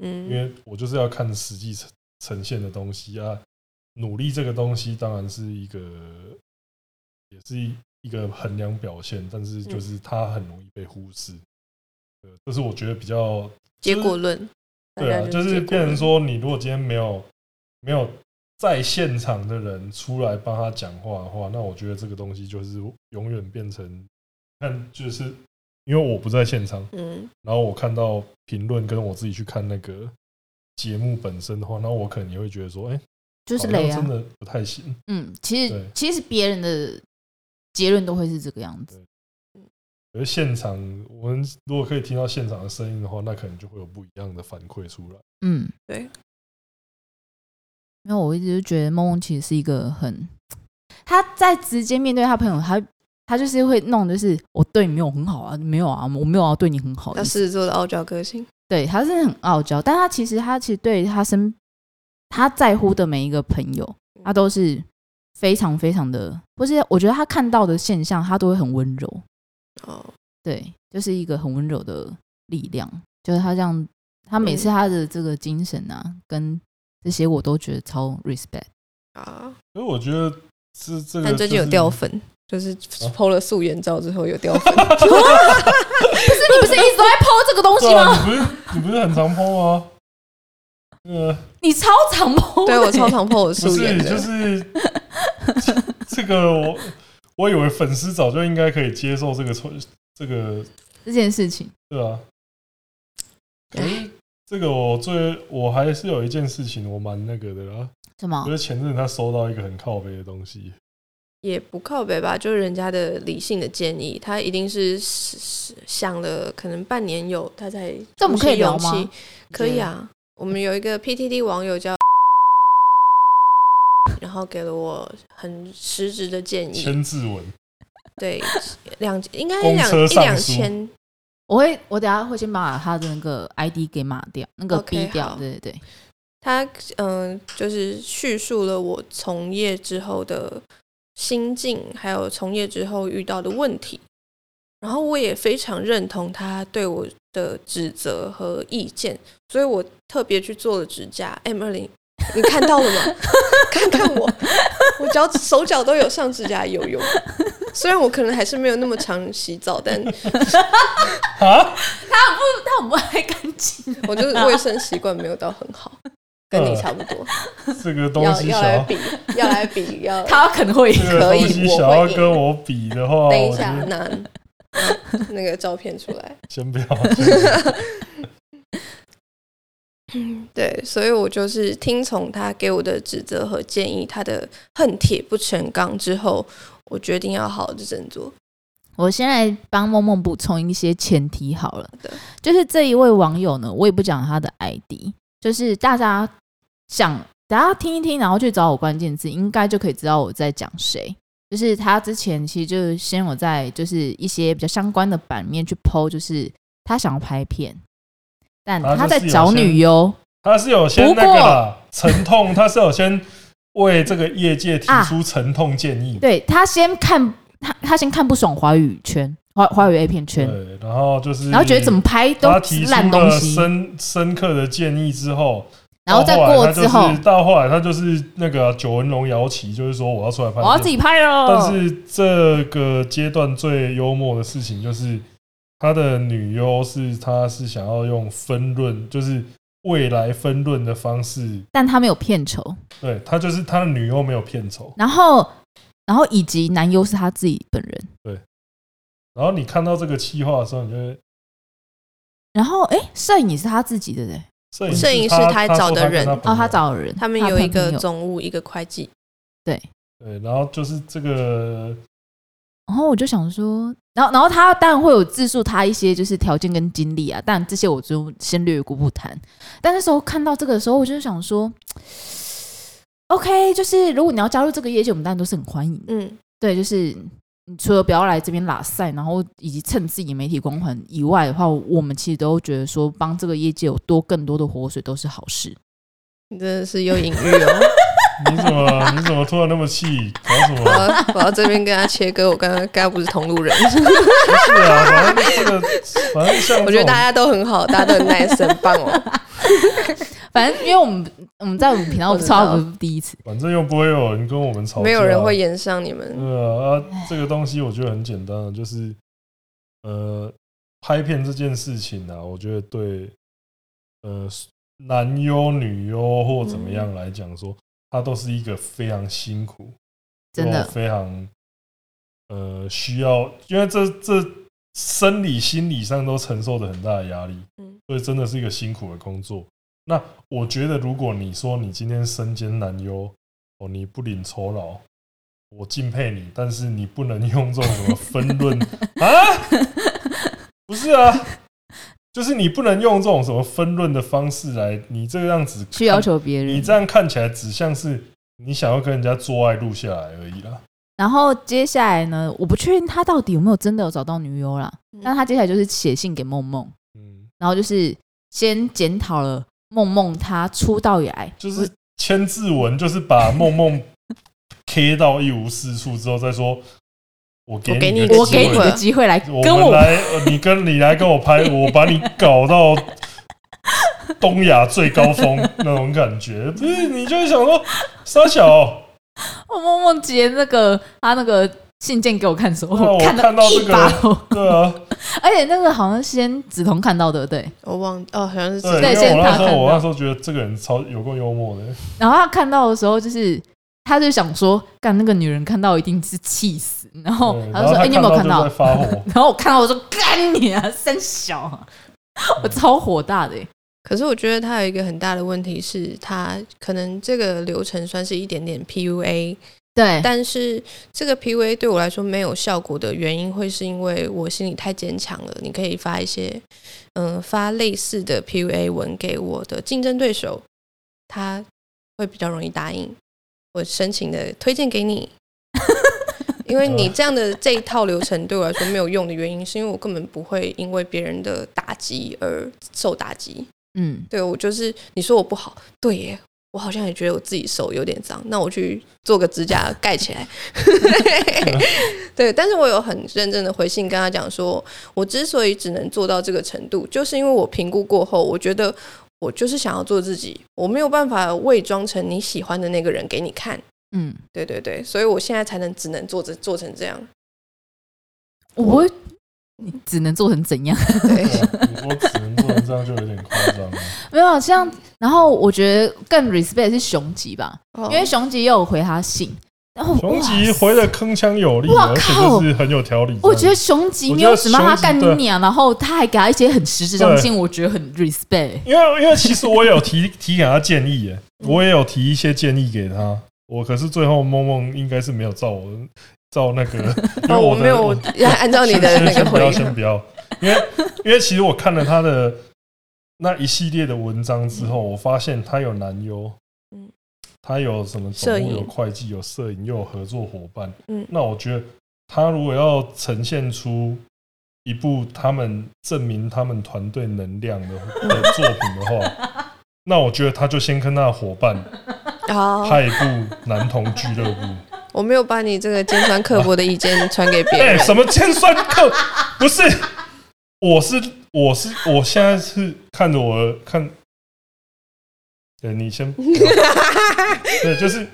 A: 哎、因
B: 嗯，
A: 为我就是要看实际呈呈现的东西啊。努力这个东西当然是一个，也是一一个衡量表现，但是就是它很容易被忽视。呃，这是我觉得比较
B: 结果论。
A: 对啊，
B: 大
A: 就
B: 家
A: 是
B: 结果
A: 变成
B: 论
A: 说，你如果今天没有没有在现场的人出来帮他讲话的话，那我觉得这个东西就是永远变成，看就是因为我不在现场，
B: 嗯，
A: 然后我看到评论跟我自己去看那个节目本身的话，那我可能也会觉得说，哎、
C: 就是
A: 好像
C: 雷啊
A: 真，的不太行。
C: 嗯，其实
A: 对
C: 其实别人的结论都会是这个样子，
A: 而现场，我们如果可以听到现场的声音的话，那可能就会有不一样的反馈出来。
C: 嗯，
B: 对。
C: 因为我一直就觉得梦梦其实是一个很，他在直接面对他朋友，他他就是会弄，就是我对你没有很好啊，没有啊，我没有要对你很好的
B: 他
C: 意思，
B: 狮子座的傲娇个性。
C: 对，他是很傲娇，但他其实他其实对他身他在乎的每一个朋友，他都是非常非常的，或是我觉得他看到的现象，他都会很温柔，
B: 哦，
C: 对，就是一个很温柔的力量，就是他这样，他每次他的这个精神啊，跟这些我都觉得超 respect。
B: 啊，
A: 所以我觉得是哦这个、
B: 但最近有掉，粉，就是剖了素颜照之后有掉
A: [LAUGHS]
B: 粉。
C: 不是你不是一直都在抛这个东西
A: 对
C: 吗？
A: 啊，你不是你不是很常抛吗？呃，
C: 你超常抛，
B: 对我超常剖我
A: 不
B: 素颜
A: 是，
B: 的
A: 就，是 [LAUGHS] 这个我我以为粉丝早就应该可以接受这个错，这个
C: [LAUGHS] 这件事情。
A: 对啊，
C: 哎
A: 可是这个我最我还是有一件事情我蛮那个的啦，
C: 什么
A: 就？是前阵子他收到一个很靠背的东西，
B: 也不靠北吧，就是人家的理性的建议，他一定是想了可能半年有，他才
C: 这我们可以聊
B: 鼓起勇
C: 吗
B: 气？可以啊，我们有一个 PTT 网友叫，
C: 嗯
B: 然后给了我很实质的建
C: [LAUGHS]
B: 议，
A: 千字文，
B: 对，两应该
A: 公车
B: 两一
A: 上
B: 两
A: 书
B: 千，
C: 我会，我等下会先把他的那个 ID 给码掉，那个
B: OK，
C: 逼掉。
B: 好
C: 对对对，
B: 他嗯、就是叙述了我从业之后的心境，还有从业之后遇到的问题。然后我也非常认同他对我的指责和意见，所以我特别去做了指甲 M 二零，你看到了吗？ [LAUGHS] 看看我，我脚手脚都有上指甲油油。虽然我可能还是没有那么常洗澡，但
A: 啊，
C: [LAUGHS] 那我不爱干净，
B: 我就是卫生习惯没有到很好，跟你
A: [LAUGHS] 嗯
B: 差不多。
A: 这个东
B: 要
A: 西
B: 要
A: 想
B: 来
A: 要，
B: 比，要来比，要
C: 他可能会
A: 这个
B: 可以
A: 东西
B: 我
A: 想
B: 会
A: 要
B: 赢
A: 跟我比的
C: [LAUGHS]
A: 话，
B: 等一
A: 我觉
B: 下
A: 得
B: 拿那个照片出来。
A: 先不要。先不要
B: 对，所以我就是听从他给我的指责和建议，他的恨铁不成钢之后，我决定要好好的振作。
C: 我先来帮梦梦补充一些前提好了
B: 的，
C: 就是这一位网友呢，我也不讲他的 ID，就是大家想大家听一听，然后去找我关键字，应该就可以知道我在讲谁。就是他之前其实就是先有在就是一些比较相关的版面去 PO，就是他想要拍片，但
A: 啊
C: 他在
A: 就是有
C: 找
A: 些
C: 女优，
A: 他是有先
C: 不
A: 那
C: 过
A: 个啦，沉痛，他是有先为这个业界提
C: 啊
A: 出沉痛建议，
C: 对他先看他他先看不爽华语圈华华语 A 片圈，
A: 对，然后就是，
C: 然后觉得怎么拍都
A: 他
C: 是
A: 嗯提出
C: 烂东
A: 了
C: 西，
A: 深深刻的建议之哦后，
C: 然后再
A: 到
C: 过
A: 来他就
C: 之后
A: 是，到后来他就是那个九纹龙摇旗，就是说我要出来拍，
C: 我要自己拍了。
A: 但是这个阶段最幽默的事情就是，他的女优是他是想要用分论，就是未来分论的方式，
C: 但他没有片酬，
A: 对他就是他的女优没有片酬。
C: 然后然后以及男优是他自己本人，
A: 然后你看到这个企划的时候，你就会
C: 然后哎，诶摄影也是他自己的嘞，
A: 摄影
B: 摄影
A: 师
B: 师
A: 他
B: 他找的人
C: 哦，他找的人，
B: 他们
C: 的
B: 有一
C: 朋
B: 个
C: 友
B: 总务，一个会计，
C: 对，
A: 对，然后就是这个
C: 然后我就想说，然后然后他当然会有自述他一些就是条件跟经历啊，但这些我就先略过不谈。但那时候看到这个的时候，我就想说，OK，就是如果你要加入这个业界，我们当然都是很欢迎的。
B: 嗯，
C: 对，就是你除了不要来这边拉赛，然后以及蹭自己媒体光环以外的话，我们其实都觉得说帮这个业界有多更多的活水都是好事。
B: 你真的是有隐喻哦。
A: 你怎么你怎么突然那么气？搞什
B: 我
C: [LAUGHS]
A: 么？啊
B: 要我要这边跟他切割，我刚刚刚刚不是同路人，
A: 不是啊，反正这个反正像
B: 我
A: 这
B: 觉得
A: 种
B: 大家都很好，大家都很 nice，很棒哦。
C: 反正因为我们我们在我们频道
B: 我知道
C: 差不多第一次，
A: 反正又不会有人跟我们吵架，
B: 没有人会延上你们，
A: 呃、啊，这个东西我觉得很简单啊，就是呃，拍片这件事情啊，我觉得对呃男优、女优或怎么样来讲说，它都是一个非常辛苦，
C: 真
A: 又
C: 的
A: 啊非常呃需要，因为这这生理、心理上都承受着很大的压力，
B: 嗯
A: 所以真的是一个辛苦的工作。那我觉得，如果你说你今天身兼男优，哦，你不领酬劳，我敬佩你，但是你不能用 [LAUGHS] 这种什么分论啊，不是啊，就是你不能用这种什么分论的方式来，你这样子
C: 去要
A: 看，
C: 求别
A: 你
C: 人
A: 这。样看起来只像是你想要跟人家做爱录下来而已啦。
C: 然后接下来呢，我不确定他到底有没有真的有找到女优啦，
B: 嗯
C: 但他接下来就是写信给梦梦，
A: 嗯，
C: 然后就是先检讨了梦梦她出道以来，
A: 就是千字文，就是把梦梦 K 到一无是处之后再说，我给
B: 我给
A: 你
B: 你
A: 个
C: 我
A: 机
C: 给你
A: 会
C: 个机会来
A: 我
C: 跟
A: 们
C: 我
A: 来，呃你跟你来跟我
C: [LAUGHS]
A: 拍，我把你搞到东亚最高峰那种感觉，不是？你就会想说，沙小，
C: 我梦梦截那个他那个信件给我看的时候，
A: 对啊我
C: [LAUGHS] 看
A: 看到
C: 一
A: 这个
C: 把火，
A: 对啊，
C: 而且那个好像先梓潼看到的，对不对。
B: 我忘哦，好像是
A: 对，因
C: 对
A: 为
C: 现
A: 我
C: 场
A: 那时候
C: 看
A: 我
C: 到
A: 那时候觉得这个人超有够幽默的，
C: 然后他看到的时候，就是他就想说，干那个女人看到一定是气死。然后
A: 对
C: 他就说：“
A: 哦
C: 哎、
A: 他
C: 你有没有看
A: 看到
C: 到
A: 就在发火？”
C: [LAUGHS] 然后我看到我说：“干你啊，三小啊！”我超火大的、欸，
B: 可是我觉得他有一个很大的问题是，他可能这个流程算是一点点 PUA，
C: 对，
B: 但是这个 PUA 对我来说没有效果的原因，会是因为我心里太坚强了。你可以发一些，嗯、发类似的 PUA 文给我的竞争对手，他会比较容易答应我申请的推荐给你。因为你这样的这一套流程对我来说没有用的原因，是因为我根本不会因为别人的打击而受打击。
C: 嗯，
B: 对我就是你说我不好，对耶，我好像也觉得我自己手有点脏，那我去做个指甲盖起来。对，但是我有很认真的回信跟他讲说，我之所以只能做到这个程度，就是因为我评估过后，我觉得我就是想要做自己，我没有办法伪装成你喜欢的那个人给你看。
C: 嗯，
B: 对对对，所以我现在才能只能做这做成这样。
C: 我不会，你只能做成怎样？
B: 对，
A: 我只能做成这样，就有点夸张了。
C: [LAUGHS] 没有啊像，然后我觉得更 respect 是熊吉吧，因为
B: 哦
C: 熊吉也有回他信，然后
A: 熊吉
C: 哇
A: 回的铿锵有力，
C: 哇
A: 而且
C: 靠
A: 就是很有条理。
C: 我觉得熊吉没有只骂他干
A: 我觉得熊吉
C: 你啊，然后他还给他一些很实质上的信，我觉得很 respect。
A: 因为因为其实我有提提给他建议耶，我也有提一些建议给他，我可是最后梦梦应该是没有照我照那
B: [LAUGHS]
A: 个，因为
B: 哦，我
A: 的
B: 没有
A: 我
B: 要按照你
A: 先
B: 的
A: 先
B: 那个
A: 先不
B: 回
A: 要
B: 应
A: 先。不要，因为 [LAUGHS] 因为其实我看了他的那一系列的文章之后，我发现他有男优，
B: 嗯
A: 他有什么
B: 摄
A: 总务
B: 影
A: 有会计有摄影又有合作伙伴，
B: 嗯
A: 那我觉得他如果要呈现出一部他们证明他们团队能量
B: [LAUGHS]
A: 的的作品的话，那我觉得他就先跟他的伙伴
B: 好，
A: 拍一部男童俱乐部。
B: 我没有把你这个尖酸刻薄的意见传给别
A: 哎、
B: 人。
A: 什么尖酸刻？不是，我是我是我现在是看着我的看，对你先不要，对，就是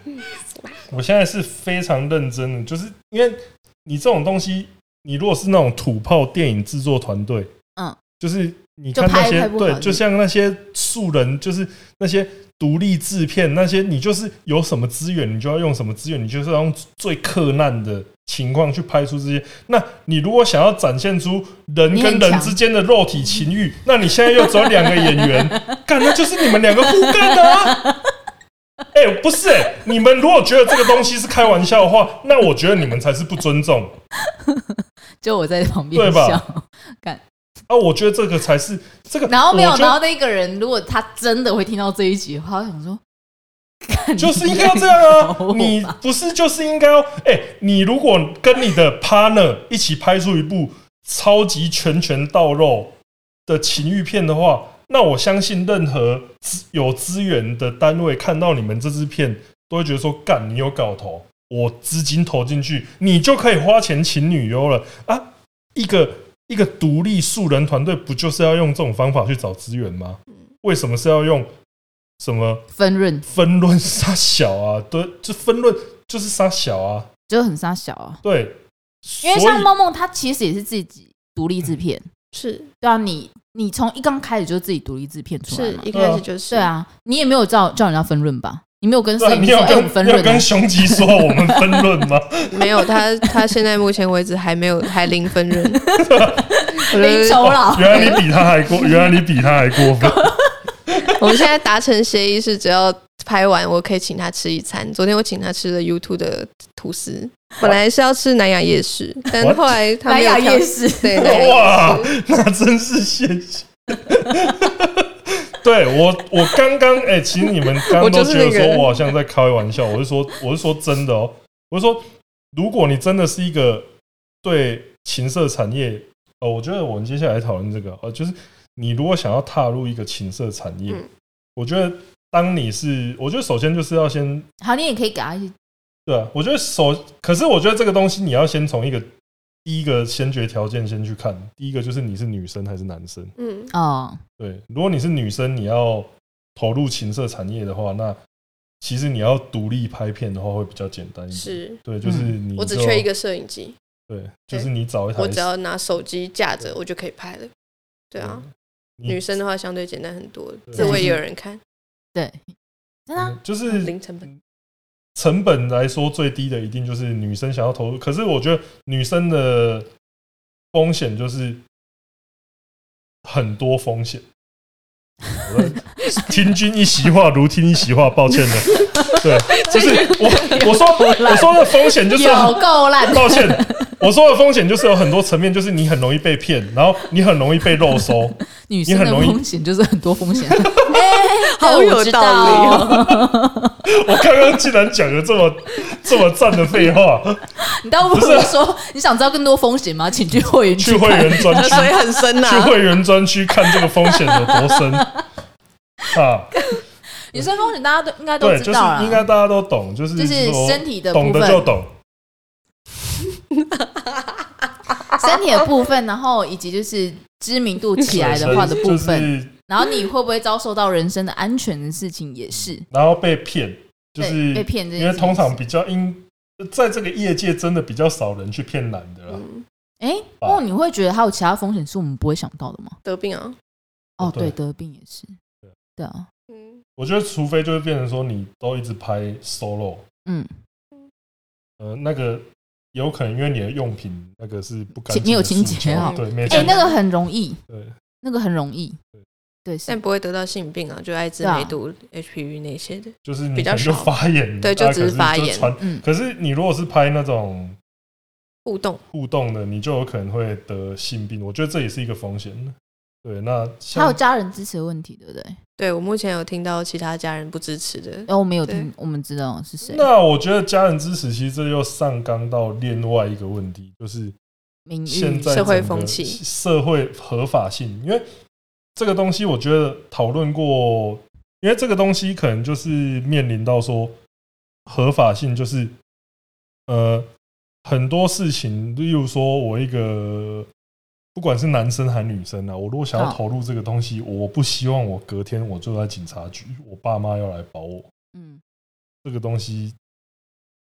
A: 我现在是非常认真的，就是因为你这种东西，你如果是那种土炮电影制作团队，
C: 嗯，
A: 就是你
C: 就
A: 看那
C: 拍
A: 些
C: 拍不好
A: 对，
C: 你
A: 就像那些素人，就是那些。独立制片那些，你就是有什么资源，你就要用什么资源，你就是要用最克难的情况去拍出这些。那你如果想要展现出人跟人之间的肉体情欲，那你现在又只有两个演员，干那就是你们两个互干的啊！哎、不是、哎，你们如果觉得这个东西是开玩笑的话，那我觉得你们才是不尊重
C: 就我在旁边
A: 对吧
C: 笑，
A: 啊！我觉得这个才是这个，
C: 然后没有
A: 我，觉
C: 然
A: 得
C: 后那个人如果他真的会听到这一集，他会想说，干
A: 就是应该要这样啊
C: 你！妹
A: 你不是就是应该要哎、你如果跟你的 partner 一起拍出一部超级拳拳到肉的情欲片的话，那我相信任何资有资源的单位看到你们这支片，都会觉得说干你有搞头，我资金投进去，你就可以花钱请女优了啊！一个一个独立素人团队，不就是要用这种方法去找资源吗？为什么是要用什么？
C: 分润
A: [LAUGHS] 分论杀小啊，对，就分论就是杀小啊，
C: 就很傻小啊。
A: 对，
C: 因为
A: 所以嗯
C: 像梦梦，她其实也是自己独立制片，
B: 是
C: 对啊，你你从一刚开始就自己独立制片出来
B: 是
C: 嘛，
B: 一开始就是
C: 对，啊，你也没有叫叫人家分润吧？你没有跟
A: 对啊
C: 摄影
A: 你
C: 师
A: 有
C: 说，哎，我们
A: 跟你
C: 分
A: 有
C: 润啊
A: 跟雄吉说我们分论
C: [LAUGHS]
A: 吗？
B: 没有他，他现在目前为止还没有还零分 [LAUGHS] 润，我
C: 零
B: 觉
C: 酬
A: [LAUGHS]
C: 劳，
A: 原来你比他还过，原来你比他还过分。
B: 得我们现在达成协议是，只要拍完我可以请他吃一餐。昨天我请他吃了 U Two 的吐司，本来是要吃南雅夜市，但
A: What？
B: 后来他
C: 南
B: 没有
C: 雅
B: 挑
C: 夜市，
B: [LAUGHS] 对南雅夜市
A: 哇，
B: [LAUGHS]
A: 那真是谢谢。对我，我刚刚哎，其实你们刚
B: 我
A: 刚
B: 就
A: 都
B: 是
A: 觉得
B: 那个
A: 说我好像在开玩笑，我是说，我是说真的哦，我是说，如果你真的是一个对情色产业，呃，我觉得我们接下来讨论这个，呃，就是你如果想要踏入一个情色产业，
B: 嗯
A: 我觉得当你是，我觉得首先就是要先
C: 好，你也可以给他一些，
A: 对啊，我觉得首，可是我觉得这个东西你要先从一个第一个先决条件先去看，第一个就是你是女生还是男生。
B: 嗯，
C: 哦，
A: 对，如果你是女生，你要投入情色产业的话，那其实你要独立拍片的话会比较简单一点。，
B: 是
A: 对，就是
C: 嗯
A: 你、
B: 我只缺一，个摄影机，
A: 对，就是你找一台，
B: 我只要拿手机架着我就可以拍了。对啊，
A: 你
B: 女生的话相对简单很多，
A: 对
B: 这位也有人看，
C: 对，真的啊、
A: 嗯就是
B: 零成本。
A: 成本来说最低的一定就是女生想要投入，可是我觉得女生的风险就是很多风险。我在
B: [LAUGHS]
A: 听君一席话，如听一席话，抱歉了。对，就是我我说我说的风险就是 [LAUGHS]
C: 有够烂，
A: 抱歉，我说的风险就是有很多层面，就是你很容易被骗，然后你很容易被漏收。
C: 女生
A: 你
C: 的
A: 很容易
C: 风险就是很多风险，哎
B: 好有道理哦。
A: [LAUGHS]
C: 哦！
A: [LAUGHS] 我刚刚竟然讲了这么这么赞的废话，
C: 你倒不
A: 不是啊
C: 如说你想知道更多风险吗？请去会员
A: 去
C: 区
A: 会
C: 看。
A: 员专区，
B: [LAUGHS] [LAUGHS] 水很深啊
A: 去
B: 呐、
A: 会员专区看这个风险有多
C: [LAUGHS]
A: 深啊！
C: 女生风险大家都应该都
A: 对，
C: 知
A: 就是
C: 道啦，
A: 应该大家都懂，就是
C: 就是
A: 说
C: 身体的部
A: 懂
C: 分，
A: 的就懂。
C: 身体的部分，然后以及就是知名度起来的话的部
A: 就
C: 分，
A: 是
C: 然后你会不会遭受到人身的安全的事情也是，
A: 然后被骗，就
C: 对
A: 是
C: 被骗这件
A: 因为
C: 事情
A: 通常
C: 是
A: 比较应在这个业界真的比较少人去骗男的啦。
B: 嗯，
C: 哎，不
A: 啊
C: 过你会觉得还有其他风险是我们不会想到的吗？
B: 得病啊，
C: 哦，
A: 对
C: 对，得病也是
A: 对，
C: 对啊，
B: 嗯，
A: 我觉得除非就是变成说你都一直拍 solo，
C: 嗯，
A: 呃，那个有可能因为你的用品那个是不干净的塑胶，
C: 没有清洁啊
A: 对，
B: 嗯
A: 没有
C: 哎
A: 清，洁
C: 那个很容易，
A: 哦对
C: 那个很容易
A: 对，
C: 对，是
B: 但不会得到性病啊，就艾滋、
C: 对啊
B: 梅毒、HPV 那些的。
A: 就是你
B: 比较
A: 可能就
B: 少
A: 发炎，
B: 对就
A: 啊
B: 只是
A: 可是
B: 发炎
A: 传
C: 嗯
A: 可是你如果是拍那种
B: 互动，
A: 互动的，你就有可能会得性病，我觉得这也是一个风险。对，那
C: 还有
A: 像
C: 家人支持的问题，对不对？哦
B: 对我目前有听到其他家人不支持的，
C: 然后我们有
B: 对
C: 听，我们知道是谁，
A: 那我觉得家人支持，其实这又上纲到另外一个问题，就是
C: 名
A: 现
C: 誉
A: 在
B: 社会
A: 整个
B: 风气
A: 社会合法性，因为这个东西，我觉得讨论过，因为这个东西可能就是面临到说合法性，就是呃很多事情，例如说我一个不管是男生还是女生啊，我如果想要
B: 嗯
C: 哦
A: 投入这个东西，我不希望我隔天我就在警察局，我爸妈要来保我，
C: 嗯，
A: 这个东西，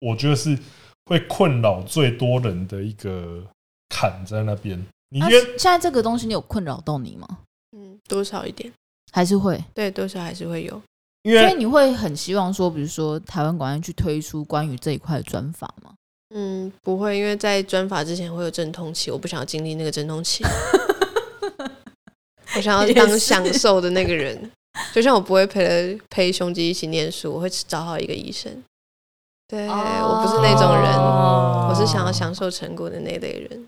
A: 我觉得是会困扰最多人的一个坎在那边。你因
B: 啊
C: 那
A: 为、
C: 现在这个东西你有困扰到你吗？
B: 嗯，多少一点，
C: 还是会？
B: 对，多少还是会有。
A: 因
C: 所以
A: 为
C: 你会很希望说，比如说台湾广安去推出关于这一块的专法吗？
B: 嗯，不会，因为在专法之前会有阵痛期，我不想要经历那个阵痛 [LAUGHS] 期。我想要当享受的那个人，就像我不会陪了陪兄弟一起念书，我会找好一个医生。 [LAUGHS] 对、我不是那种人，
A: 哦
B: 我是想要享受成果的那类人。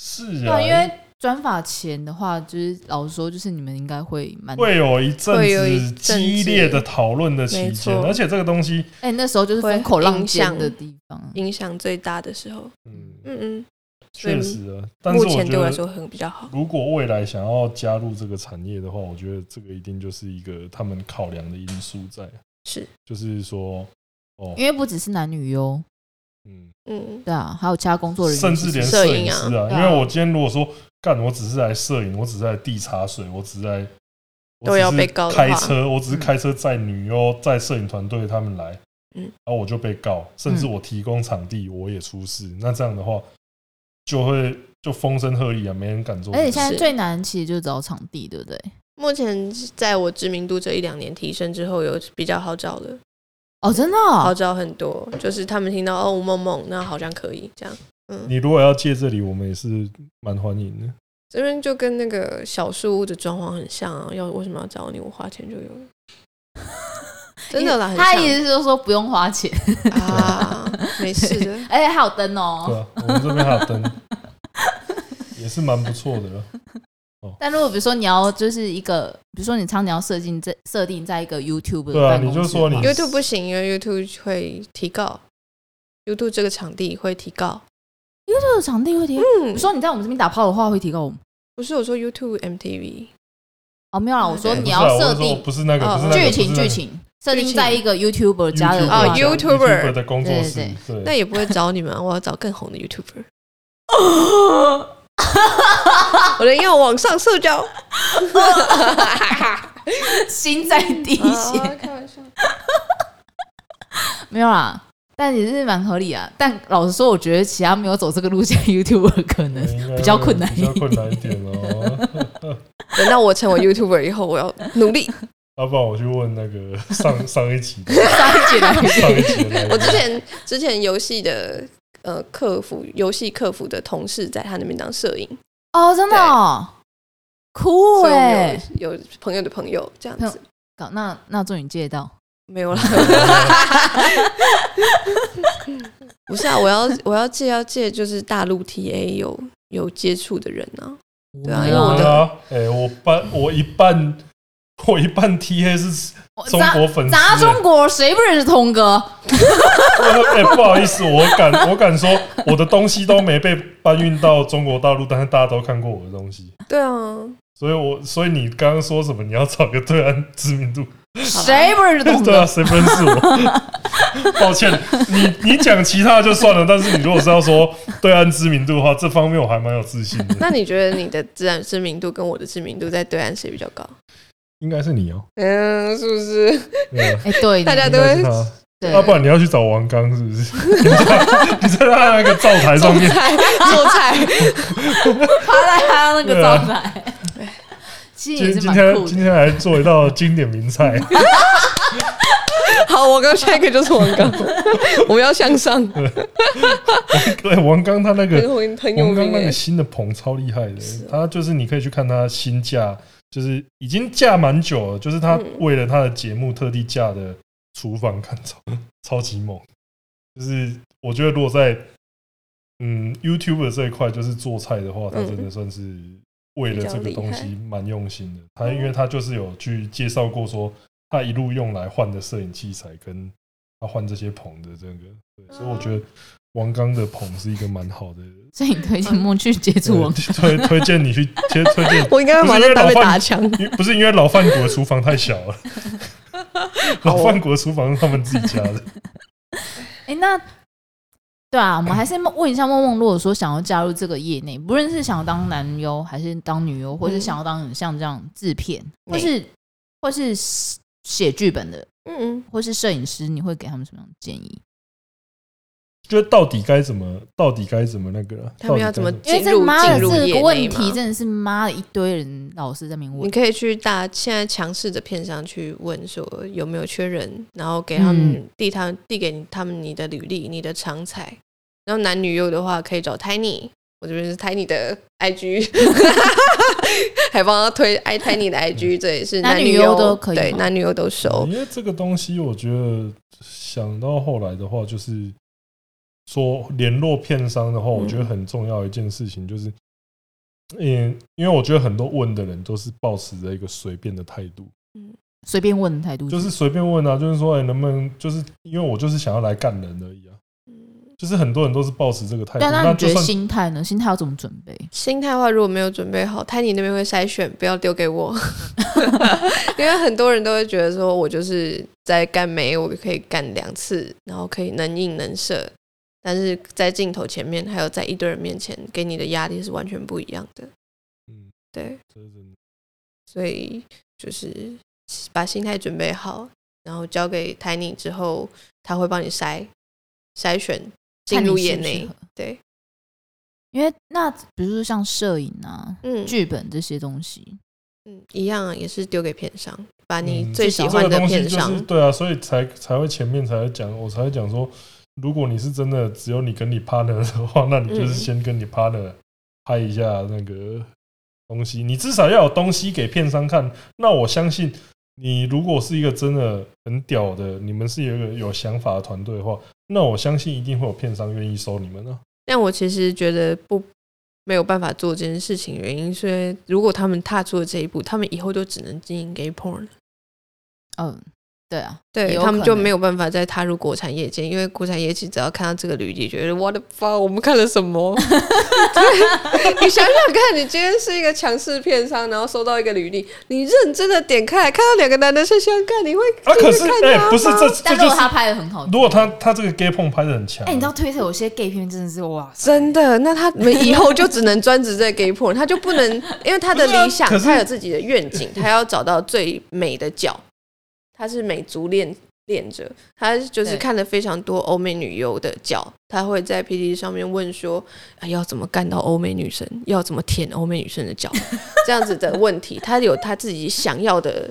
A: 是
C: 对
A: 啊，
C: 啊，因为专法前的话，就是老实说，就是你们应该会蛮……
A: 会有一
B: 会有一
A: 阵子
B: 阵
A: 激
B: 子
A: 烈的讨论的期
B: 没
A: 间，
B: 错
A: 而且这个东西，
C: 哎、那时候就是风口浪尖的地方，啊
B: 影响最大的时候，
A: 嗯，
B: 嗯所以
A: 确实啊。但
B: 嗯，目
A: 是我
B: 前对
A: 觉
B: 我来
A: 得，
B: 说很比较好。
A: 如果未来想要加入这个产业的话，我觉得这个一定就是一个他们考量的因素在，
B: 是，
A: 就是说，哦，
C: 因为不只是男女优，
A: 嗯，
B: 嗯，
C: 对啊，还有其他工作人员，
A: 甚至连摄
B: 摄
A: 影
B: 影啊
A: 师啊，
C: 对
A: 因
C: 啊
A: 为我今天如果说干，我只是来摄影，我只是来递茶水，我只是来我
B: 都
A: 只
B: 要
A: 是
B: 被告的
A: 开
B: 话
A: 车，我只
C: 嗯
A: 是开车载女优载摄影团队他们来，
B: 嗯
A: 然后我就被告，甚
C: 嗯
A: 至我提供场地我也出事，那这样的话就会就风声鹤唳啊，没人敢做这
C: 而且
A: 个事。
C: 现在最难其实就是找场地，对不对？
B: 目前在我知名度这一两年提升之后，有比较好找了。
C: 哦，真的、
B: 好
C: 哦，
B: 找很多，就是他们听到哦吴梦梦，那好像可以这样。嗯，
A: 你如果要借这里，我们也是蛮欢迎的。
B: 这边就跟那个小树屋的装潢很像啊，要为什么要找你？我花钱就有了，真的啦，很
C: 他
B: 像
C: 意思就是说不用花钱， [LAUGHS]
B: 啊，没事的。
C: 而且还有灯哦。
A: 对啊，我们这边还有灯，
C: [LAUGHS]
A: 也是蛮不错的。
C: 但如果比如说你要就是一个，比如说你常常要设定在设定在一个 YouTube 的
A: 对啊
C: 办公室
A: 你就说你
C: 的话
B: YouTube 不行，因为 YouTube 会提告，YouTube 这个场地会提告。
C: YouTube 的场地会提，
B: 嗯
C: 你，说你在我们这边打炮的话会提高我们。
B: 不是我说 YouTube MTV，
C: 哦，没有
A: 嗯
C: 啦，我说
B: 对
C: 你要设
A: 定
C: 定
A: 啊不是那个，
B: 哦
A: 不是那个
C: 剧情，
A: 不是那个
C: 剧情设
B: 剧
C: 定
B: 情
C: 在一个 YouTuber 家的
B: 哦
C: 话
B: You- YouTuber
A: 的工作室
C: 对，
B: 那
A: 对，
B: 也不会找你们啊，我 [LAUGHS] 要找更红的 [LAUGHS] YouTuber。我的要往上社 [LAUGHS] 交，
C: 心在滴血，
B: 哦开玩笑。
C: 没有啦，但也是蛮合理啊。但老实说，我觉得其他没有走这个路线的 [LAUGHS] YouTuber 可能
A: 应该
C: [LAUGHS] 比较困难
A: 比较
C: 一
A: 困难一点
C: [LAUGHS]
A: 哦。
B: 等到我成为 YouTuber 以后，我要努力。
A: 要不然我去问那个
C: [LAUGHS]
A: 上上一集的
C: 上一集来
A: 上一集的来宾，
B: 我之前之前游戏的呃客服，游戏客服的同事在他那边当摄影，
C: 哦，真的哦，酷
B: 所以我
C: 哎
B: 们！有有朋友的朋友这样子。
C: 搞那那终于借到，
B: 没 [LAUGHS] 有啦，不是啊，我要我要借要借就是大陆 TA 有有接触的人啊，
A: [LAUGHS]
B: 对啊因为我的
A: 对啊，哎、我半我一半我一半 TA 是
C: 我
A: 中
C: 砸
A: 国粉丝、
C: 砸中国，谁不认识通哥？
A: [LAUGHS] 哎、不好意思，我敢我敢说，我的东西都没被搬运到中国大陆，但是大家都看过我的东西，
B: 对啊，
A: 所以我所以你刚刚说什么你要找个对岸知名度，
C: 谁不认识
A: [LAUGHS]
C: 通
A: 对啊，
C: 哥？
A: 谁不认识我？ [LAUGHS] 抱歉，你你讲其他就算了，但是你如果是要说对岸知名度的话，这方面我还蛮有自信
B: [LAUGHS]
A: 的，
B: 那你觉得你的自然知名度跟我的知名度在对岸谁比较高？
A: 应该是你哦、
B: 嗯，是不是？
A: [LAUGHS] 对啊
C: 哎，对，
B: 大家
A: 应
B: 都
A: 该是
B: 会
A: 他。
C: 对
A: 啊要、不然你要去找王刚是不是？ [LAUGHS] 你在你在他那个灶台上
C: [LAUGHS]
B: 做
A: 面，
B: 菜做菜，
C: 趴在他那个招牌，其
A: 今
C: 实也是
A: 今
C: 蛮
A: 天
C: 酷
A: 啊今
C: 的。
A: 天来做一道经典名菜， [LAUGHS]
B: 好，我刚下一个就是王刚， [LAUGHS] 我们要向上，
A: 对王刚他那个
B: 很很有
A: 王刚
B: 名
A: 那
B: 哎
A: 个、新的棚超厉害的，他就是你可以去看他新架，就是已经架蛮久了，就是他
B: 嗯
A: 为了他的节目特地架的厨房，看超 [LAUGHS] 超级猛，就是我觉得如果在嗯 YouTube 的这一块，就是做菜的话，他真的算是为了这个东
B: 嗯比较
A: 西
B: 厉
A: 蛮用心的。他因为他就是有去介绍过说，他一路用来换的摄影器材，跟他换这些棚的这个，对，所以我
B: 哦
A: 觉得王刚的棚是一个蛮好的，
C: 所以你推荐梦去接触我，
A: 推推荐你去推推荐。
B: 我应该马上打被打枪。
A: 因不是因为老饭骨的厨房太小
B: [LAUGHS]
A: 了，
B: 哦
A: 老饭骨的厨房是他们自己家的。
C: 哎、那对啊，我们还是问一下梦梦，如果说想要加入这个业内，不论是想要当男优，还是当女优，或是
B: 嗯
C: 想要当像这样制片，或
B: 对
C: 是或是写剧本的，
B: 嗯嗯，
C: 或是摄影师，你会给他们什么样的建议？
A: 就是到底该怎么，到底该怎么那个啊？
B: 他们要
A: 到底该
B: 怎么
C: 因为
B: 进
C: 这
B: 入
C: 妈的
B: 进入
C: 这个
B: 业
C: 问
B: 内
C: 题
B: 嘛
C: 真的是妈的一堆人老是在那边
B: 你
C: 问，
B: 可以去大现在强势的片商去问说有没有缺人，然后给他们、
C: 嗯
B: 递他们递给你他们你的履历、你的长才。然后男女优的话，可以找 Tiny，我这边是 Tiny 的 IG，还帮他推 i Tiny 的 IG，这也是
C: 嗯男
B: 女
C: 女优都可以
B: 对
C: 吗
B: 男女优都熟。
A: 因为这个东西，我觉得想到后来的话，就是说联络片商的话，我
B: 嗯
A: 觉得很重要一件事情就是，嗯，因为我觉得很多问的人都是抱持着一个随便的态度，
C: 随便问的态
B: 嗯
C: 度
A: 就是随便问啊，就是说，哎，能不能，就是因为我就是想要来干人而已啊，
C: 嗯
A: 就是很多人都是抱持这个态度，
C: 但啊那
A: 那
C: 你
A: 就
C: 觉得
A: 算
C: 心态呢？心态要怎么准备？
B: 心态的话，如果没有准备好，Tiny 那边会筛选，不要丢给我， [LAUGHS] 因为很多人都会觉得说我就是在干梅，我可以干两次，然后可以能硬能射，但是在镜头前面还有在一堆人面前给你的压力是完全不一样的。
A: 嗯，
B: 对，
A: 这是真的
B: 所以就是把心态准备好，然后交给 Tiny 之后，他会帮你筛筛选进
C: 看你
B: 入
C: 适
B: 业
C: 不适
B: 内
C: 合。
B: 对，
C: 因为那比如说像摄影啊、
B: 嗯
C: 剧本这些东西，
B: 嗯，一样啊，也是丢给片商，把你
A: 嗯
B: 最喜欢
A: 这个
B: 的
A: 东西
B: 片
A: 就
B: 商。
A: 是对啊，所以才才会前面才会讲，我才会讲说，如果你是真的只有你跟你 partner 的话，那你就是
B: 嗯
A: 先跟你 partner 拍一下那个东西，你至少要有东西给片商看。那我相信你，如果是一个真的很屌的，你们是有一个有想法的团队的话，那我相信一定会有片商愿意收你们啊的、
B: 但我其实觉得不没有办法做这件事情，原因是因为如果他们踏出了这一步，他们以后就只能经营 gay porn，
C: 嗯，对啊，
B: 对
C: 有
B: 他们
C: 可
B: 就
C: 能
B: 没有办法再踏入国产业界，因为国产业界只要看到这个履历，觉得 what the fuck，我们看了什么？
A: [LAUGHS]
B: [LAUGHS] 对你想想看，你今天是一个强势片商，然后收到一个履历，你认真的点开，看到两个男的在相干，你会
A: 啊，
B: 进
A: 可
B: 去
A: 是
B: 看
A: 哎、
B: 他
A: 不是
B: 吗
A: 这
C: 但
A: 这
C: 如
A: 就
C: 果
A: 是
C: 他拍的很好，
A: 如果他他这个 gay 碰拍的
C: [LAUGHS]
A: 很强啊，
C: 哎、你知道推特有些 gay 片真的是哇塞，
B: 真的，那他们以后就只能专职在 gay porn，他就不能，因为他的理想
A: [LAUGHS] 不是啊可，是
B: 他有自己的愿景，他要找到最美的脚。他是美足练练者，他就是
C: 对
B: 看了非常多欧美女优的脚，他会在 P D 上面问说、啊要怎么干到欧美女神，要怎么舔欧美女生的
A: [LAUGHS]
B: 脚，这样子的问题，他有他自己想要的，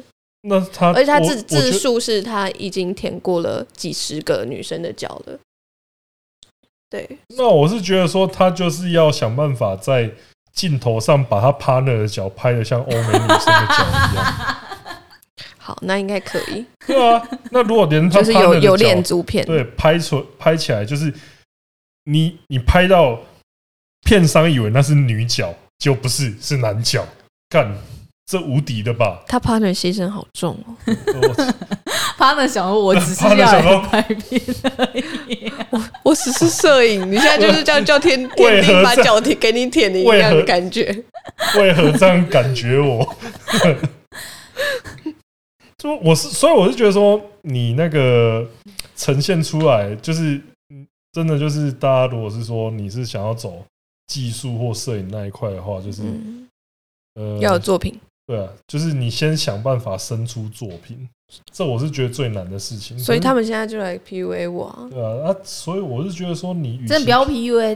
A: 那他
B: 而且
A: 啊
B: 他
A: 我
B: 自
A: 我觉
B: 自
A: 得
B: 述是他已经舔过了几十个女生的脚了。对，
A: 那我是觉得说，他就是要想办法在
B: [LAUGHS]
A: 镜头上把他 partner 的脚拍得像欧美女生的脚一样。
B: 好，那应该可以，
A: 对啊，那如果连他
B: 就是有
A: partner 的
B: 有
A: 脚
B: 恋足片，
A: 对拍出拍起来，就是你你拍到片商以为那是女角，就不是是男角，干这无敌的
B: [LAUGHS]
A: 吧？
B: 他 partner 牺牲好重哦，
A: 我
C: partner 想说，我只是
A: partner
C: 要
A: 想说
C: 来拍片而已。
B: [LAUGHS] 我只是摄影，你现在就是叫叫天
A: 为
B: 天
A: 何
B: 地把
A: 在
B: 脚踢给你舔的一
A: 为
B: 样的
A: 何
B: 感觉，
A: [LAUGHS] 为何这样感觉我？ [LAUGHS] 就我是，所以我是觉得说，你那个呈现出来，就是嗯真的就是大家如果是说你是想要走技术或摄影那一块的话，就是、
B: 嗯，
A: 呃
B: 要有作品，
A: 对啊，就是你先想办法生出作品，这我是觉得最难的事情。
B: 所以
A: 可是
B: 他们现在就来 PUA 我啊，
A: 对啊，啊，所以我是觉得说你与
C: 真的
A: 其
C: 不要PUA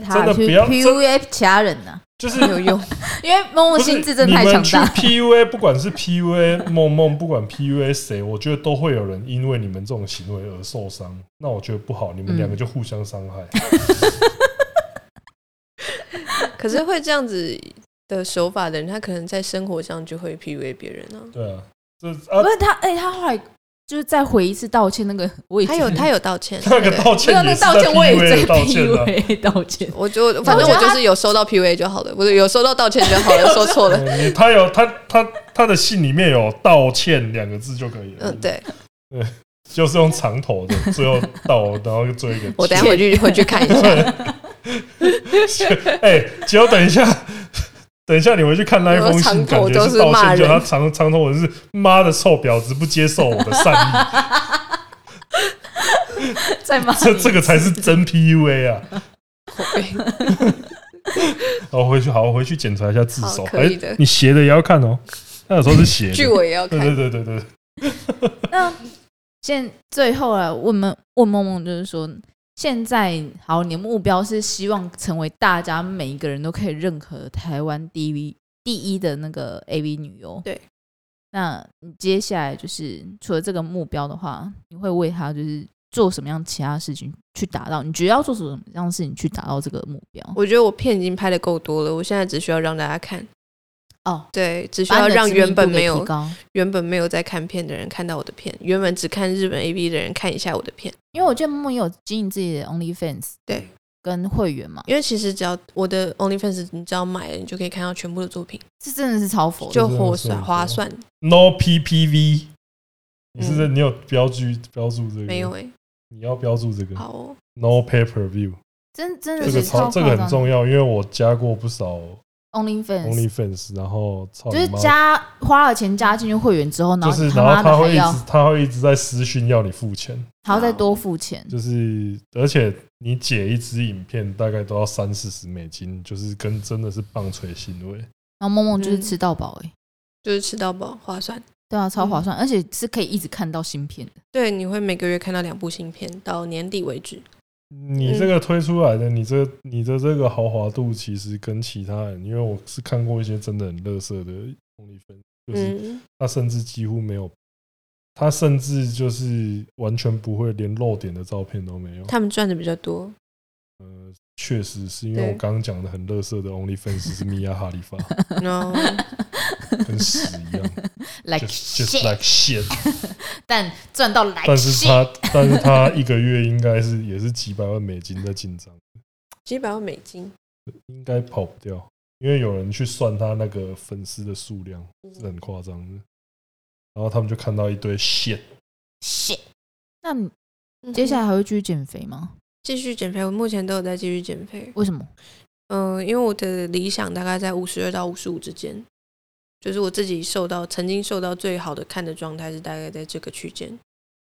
A: 真
C: 他，
A: 的
C: 去
A: 不要真
C: PUA 其他人呐、
A: 就是
B: 没有用， [LAUGHS]
C: 因为梦
A: 不
C: 梦
A: 是
C: 心智真的太
A: 你们
C: 强
A: 去
C: 大。 [LAUGHS]
A: PUA，不管是 PUA 梦梦，不管 PUA 谁，我觉得都会有人因为你们这种行为而受伤。那我觉得不好，你们
C: 嗯
A: 两个就互相伤害。
B: 可是会这样子的手法的人，他可能在生活上就会 PUA 别人啊。
A: 对啊，这
C: 不
A: 啊，
C: 是他，哎、他后来就是再回一次道歉，那个我也
B: 他有他有
A: [LAUGHS]
B: 道歉，
A: 那个
B: 对
A: 道
C: 没有
A: 歉
C: 那
A: 也
C: 个
A: 是
C: 道
A: 在
C: 歉，我也
A: PUA
C: 在
A: 的道歉啊。
C: PUA 道歉。
B: 我就反正我就是有收到 PUA 就好了，不是有收到道歉就好了，说
A: [LAUGHS]
B: 错了。
A: 嗯你他有他他他的信里面有“道歉”两个字就可以了。
B: 嗯，，对，
A: 就是用长头的，最后到然后追一个。
B: 我等一下回去回去看一
A: [LAUGHS]
B: 下，
A: 哎、只要等一下，等一下你回去看那一封信，
B: 长
A: 感
B: 头
A: 觉
B: 都是
A: 道
B: 骂
A: 歉，就
B: 人
A: 他长长头文是妈的臭婊子，不接受我的善
B: [LAUGHS]
A: 意，
C: 再骂
A: 这
C: 你
A: 这个才是真 PUA 啊！
B: 口碑
A: 我回去好，我回去检查一下自首。哎
B: 好可以的
A: 你斜的也要看哦，那有时候是
B: [LAUGHS]
A: 斜
B: 剧
A: 的。
B: 我也要
A: 对
B: 看。
A: 对对对对，
C: 那现最后啊，我们问梦梦就是说，现在好，你的目标是希望成为大家每一个人都可以认可台湾第一第一的那个 AV 女优。
B: 对。
C: 那你接下来就是除了这个目标的话，你会为他就是做什么样其他事情去达到？你觉得要做什么样的事情去达到这个目标？
B: 我觉得我片已经拍的够多了，我现在只需要让大家看，
C: 哦，
B: 对，只需
C: 把
B: 要
C: 你的
B: 让
C: 知
B: 原
C: 名
B: 本
C: 度给
B: 没有
C: 提高，
B: 原本没有在看片的人看到我的片，原本只看日本 A V 的人看一下我的片，
C: 因为我觉得梦梦也有经营自己的 OnlyFans，
B: 对，
C: 跟会员嘛，
B: 因为其实只要我的 OnlyFans 你只要买了，你就可以看到全部的作品，
C: 这真的是超佛的，
B: 就
A: 真的
B: 划
A: 是
B: 算
A: 很
B: 划
A: 多
B: 算。
A: ，No PPV，你是
B: 嗯
A: 在你有标注标注这个？
B: 没有，哎、
A: 你要标注这个
B: 好、哦，
A: No Pay Per View，
C: 真真的
A: 这
C: 是
A: 个超这个很重要，因为我加过不少
C: OnlyFans，
A: OnlyFans，然后操
C: 就
A: 你
C: 是
A: 妈
C: 加花了钱加进去会员之后，然
A: 就
C: 后
A: 是，
C: 你他
A: 然后
C: 妈
A: 他
C: 的还
A: 会一
C: 要
A: 直他会一直在私讯要你付钱，
C: 还要再多付钱，
A: 就是而且你剪一支影片大概都要三四十美金，就是跟真的是棒槌行为。
C: 然后梦梦就是
B: 嗯
C: 吃到饱哎、欸，
B: 就是吃到饱划算。
C: 对啊，超划算，而且是可以一直看到新片的。
B: 对，你会每个月看到两部新片，到年底为止。
A: 你
C: 嗯
A: 这个推出来的，你这你的这个豪华度，其实跟其他人，因为我是看过一些真的很乐色的红利分，就是
B: 嗯，
A: 他甚至几乎没有，他甚至就是完全不会连露点的照片都没有。
B: 他们赚的比较 [LAUGHS] 多，
A: 呃，确实是因为我
B: 对
A: 刚刚讲的很乐色的 OnlyFans 是米娅哈里发，
B: 然后
A: 跟屎一样
C: [LAUGHS] like
A: ，just just
C: shit，
A: like shit。
C: 但赚到 like
A: 但是
C: shit，
A: 他，但是他一个月应该是也是几百万美金在进账，
B: 几百万美金，
A: 应该跑不掉，因为有人去算他那个粉丝的数量是很夸张的，然后他们就看到一堆 shit，
C: shit。那你接下
B: 来
C: 来还会继续减肥吗？
B: 嗯继续减肥，我目前都有在继续减肥。
C: 为什么？
B: 嗯、因为我的理想大概在五十二到五十五之间，就是我自己瘦到曾经瘦到最好的看的状态是大概在这个区间，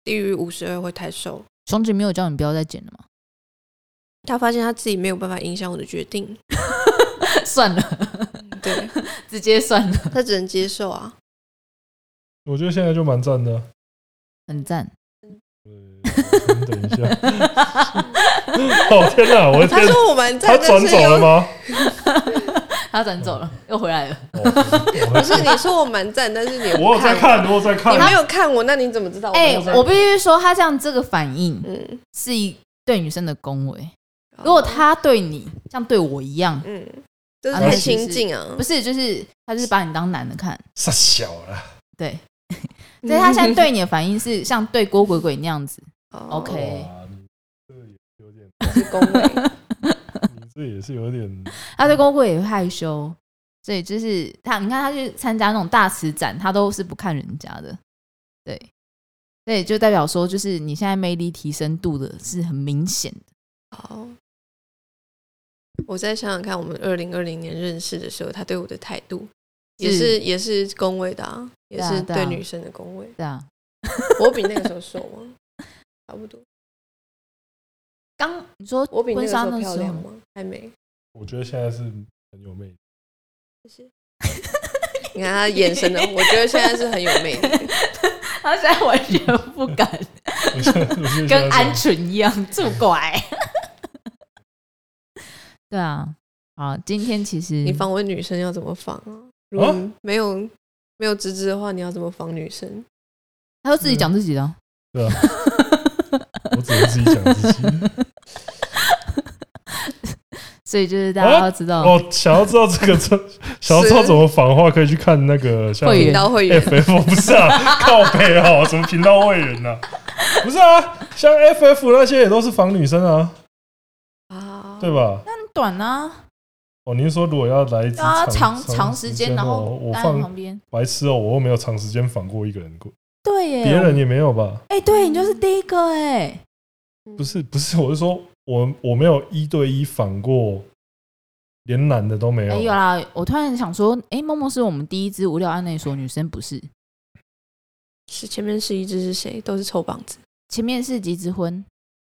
B: 低于五十二会太瘦。
C: 熊姐没有叫你不要再减了吗？ [LAUGHS]
B: 他发现他自己没有办法影响我的决定，
C: 算了，
A: 嗯 [LAUGHS]
B: 对
C: 直接算了，
B: 他只能接受啊。
A: 我觉得现在就蛮赞的啊。
C: 很赞。
A: 呃等一下，哦天哪，我的
B: 他
A: 天，
B: 说我们
A: 他
B: 在
A: 转走了吗？
C: [LAUGHS] 他转走了，又回来了。
A: 哦我
B: 不是你说我蛮赞，但是你
A: 我有在看，我有在
C: [LAUGHS]
A: 看
B: 你，没有看哦我，那你怎么知道？
C: 哎、
B: 没有看
C: 我必须说，他这样这个反应
B: 嗯，
C: 是一对女生的恭维。如果他对你像对我一样，
B: 嗯，就是
C: 啊
B: 太
C: 那其
B: 亲
C: 实
B: 近啊
C: 不，是就是他就是把你当男的看，
A: 傻小了，
C: 对，所以他现
B: [LAUGHS]
C: 在对你的反应是像对郭鬼鬼那样 [LAUGHS] 子，OK
A: 哇，你这也有点，
B: 是哦恭维，
A: 你这也是有点，
C: 他对郭鬼鬼也会害羞，所以就是他，你看他去参加那种大慈展，他都是不看人家的，对，所以就代表说，就是你现在魅力提升度的是很明显的，
B: 好。哦我再想想看，我们二零二零年认识的时候，他对我的态度也是也是恭维的、啊，也
C: 嗯对啊
B: 是
C: 对
B: 对
C: 啊
B: 女生的恭维。
C: 对啊。
B: 我比那个时候瘦吗？差不多。
C: 刚你说 [LAUGHS]
B: 我比那
C: 婚
B: 个时
C: 纱
B: 候
C: 的
B: 漂
C: 时
B: 亮
C: 候，
B: 吗？还没。
A: 我觉得现在是很有魅力。
C: [LAUGHS]
B: 谢谢。你看他眼神的，我觉得现在是很有魅力。
C: 他现在完全不敢，
A: 我现在我现在
C: 跟鹌
A: 安
C: 鹑一样住拐。 [LAUGHS] 对啊，好，今天其实
B: 你防问女生要怎么防啊？如果
A: 啊
B: 没有没有资质的话，你要怎么防女生？
C: 他就自己讲自己的啊，
A: 对啊，我只能自己讲自己。
C: 所以就是大家要知道，
A: 哦，想要知道这个怎，想要知道怎么仿的话，可以去看那个像
C: 会员
B: 频道会员
A: FF 不是啊，靠背哦，什么频道会员呐、不是啊，像 FF 那些也都是仿女生啊，
B: 啊，
A: 对吧？
C: 很短啊，
A: 哦，您说如果要来一支
C: 对啊，
A: 长
C: 长长时间，然
A: 哦
C: 后
A: 我
C: 待在
A: 放
C: 旁边，
A: 白痴哦，我又没有长时间仿过一个人过，
C: 对耶，
A: 别人也没有吧？
C: 哎，对你就是第一个哎，
B: 嗯
A: 不是不是，我是说我我没有一对一仿过，连男的都没
C: 哎
A: 有。
C: 有啦，我突然想说，哎，梦梦是我们第一支无聊案内所女生，不是？
B: 是前面是一只是谁？都是臭棒子。
C: 前面是集资婚，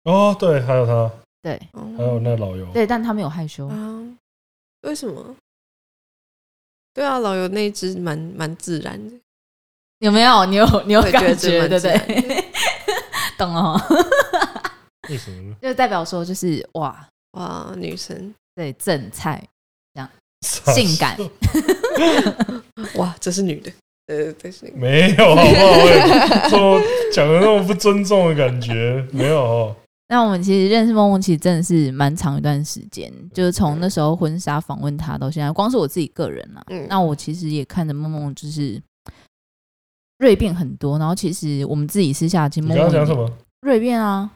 A: 哦，对，还有他，
C: 对
B: 哦
A: 还有那老友，
C: 对，但他没有害羞，
B: 啊？为什么？对啊，老油那一只蛮蛮自然的，
C: [LAUGHS] 有没有？你有你有
B: 我也觉得
C: 感觉，对不
B: 这蛮自然的
C: 对？ [LAUGHS] 懂哦， [LAUGHS]
A: 为什么呢？
C: 就代表说就是哇，
B: 哇，女生 [LAUGHS]
C: 对，正菜
A: 性
C: 性感，
B: 哇，这是女的，呃，这是女
A: [LAUGHS] 没有，好不好？喂怎么讲的那么不尊重的感觉？ [LAUGHS] 没有哦，
C: 那我们其实认识梦梦，其实真的是蛮长一段时间，就是从那时候婚纱访问她到现在，光是我自己个人啦，
B: 嗯
C: 那我其实也看着梦梦就是锐变很多，然后其实我们自己私下其实
A: 你
C: 梦
A: 刚刚
C: 梦
A: 讲什
C: 也
A: 么？
C: 锐变啊，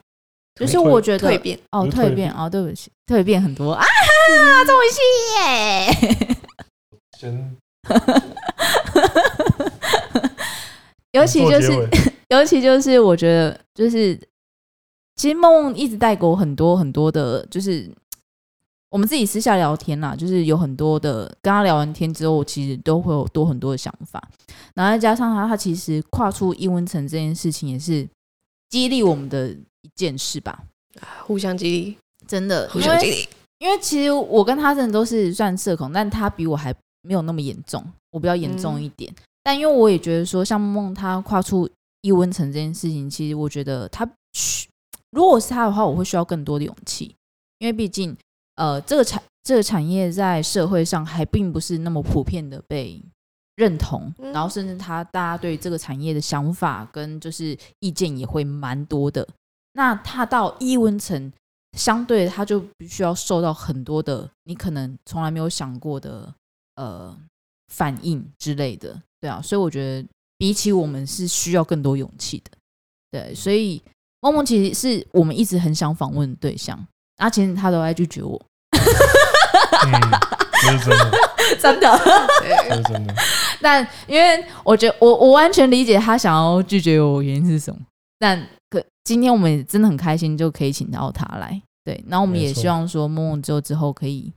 C: 就是我觉得
B: 蜕变，
C: 哦
A: 不是
C: 蜕
A: 蜕
C: 变
A: 变
C: 哦，对不起，蜕变很多啊，终于是耶！
A: 先
C: [LAUGHS] 尤其
A: 做
C: 就
A: 结
C: 是
A: 尾
C: [LAUGHS] 尤其就是我觉得，就是其实梦梦一直带给我很多很多的，就是我们自己私下聊天啦，就是有很多的跟他聊完天之后，我其实都会有多很多的想法，然后再加上他，他其实跨出英文城这件事情也是激励我们的一件事吧，
B: 互相激励，
C: 真的，
B: 互
C: 因
B: 相激
C: 为
B: 励。
C: 因为其实我跟他真的都是算社恐，但他比我还没有那么严重，我比较严重一点。但因为我也觉得说，像梦他跨出易温层这件事情，其实我觉得他需，如果是他的话，我会需要更多的勇气，因为毕竟呃，这个产这个产业在社会上还并不是那么普遍的被认同，
B: 嗯
C: 然后甚至他大家对这个产业的想法跟就是意见也会蛮多的。那他到易温层，相对他就必须要受到很多的你可能从来没有想过的呃反应之类的，对啊，所以我觉得比起我们是需要更多勇气的，对，所以梦梦其实是我们一直很想访问的对象，而且啊他都爱拒绝
B: [LAUGHS]
C: 我，
A: 嗯，这是真的，
C: 真的。
A: 这
B: 对，
A: 是真的。
C: [LAUGHS] 但因为我觉得我我完全理解他想要拒绝我的原因是什么，但可今天我们也真的很开心，就可以请到他来，对，然后我们
A: 没
C: 也
A: 错
C: 希望说梦梦之后之后可以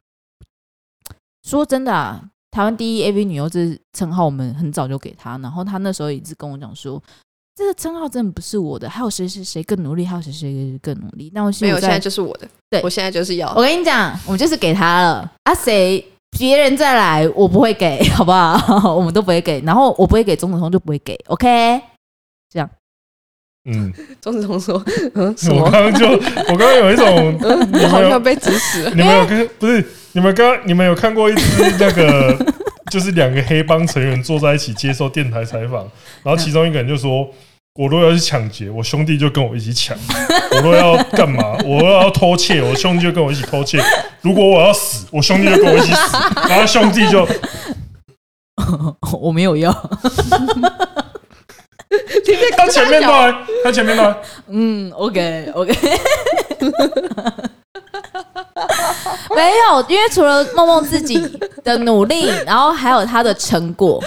C: 说真的啊。台湾第一 AV 女优这称号，我们很早就给她，然后她那时候一直跟我讲说，这个称号真的不是我的，还有谁谁谁更努力，还有谁谁谁更努力。那我
B: 没
C: 现
B: 有，现在
C: 在
B: 就是我的，
C: 对哦
B: 我现在就是要
C: 我跟你讲，我们就是给他了啊，谁别人再来，我不会给， [LAUGHS] 好不好？我们都不会给，然后我不会给，钟子通就不会给，OK？
A: 嗯，
B: 钟子彤说：“ [LAUGHS] 嗯，什
A: 我
B: 么
A: 刚？刚就，我刚刚有一
C: [LAUGHS]
A: 种，
B: 嗯，
A: 你
B: 我好
A: 们
B: 像
A: 有
B: 被指使了。
A: 你们有跟不是你们刚你们有看过一只那个，就是两个黑帮成员坐在一起接受电台采访，然后其中一个人就说。我若要去抢劫，我兄弟就跟我一起抢；我若要干嘛，我若要偷窃，我兄弟就跟我一起偷窃；如果我要死，我兄弟就跟我一起死。然后兄弟就
C: 我没有要，
B: 你在
A: 他前面都还，他前面都还，
C: 嗯，OK OK，没有，因为除了梦梦自己的努力，然后还有她的
A: [LAUGHS]
C: 成果，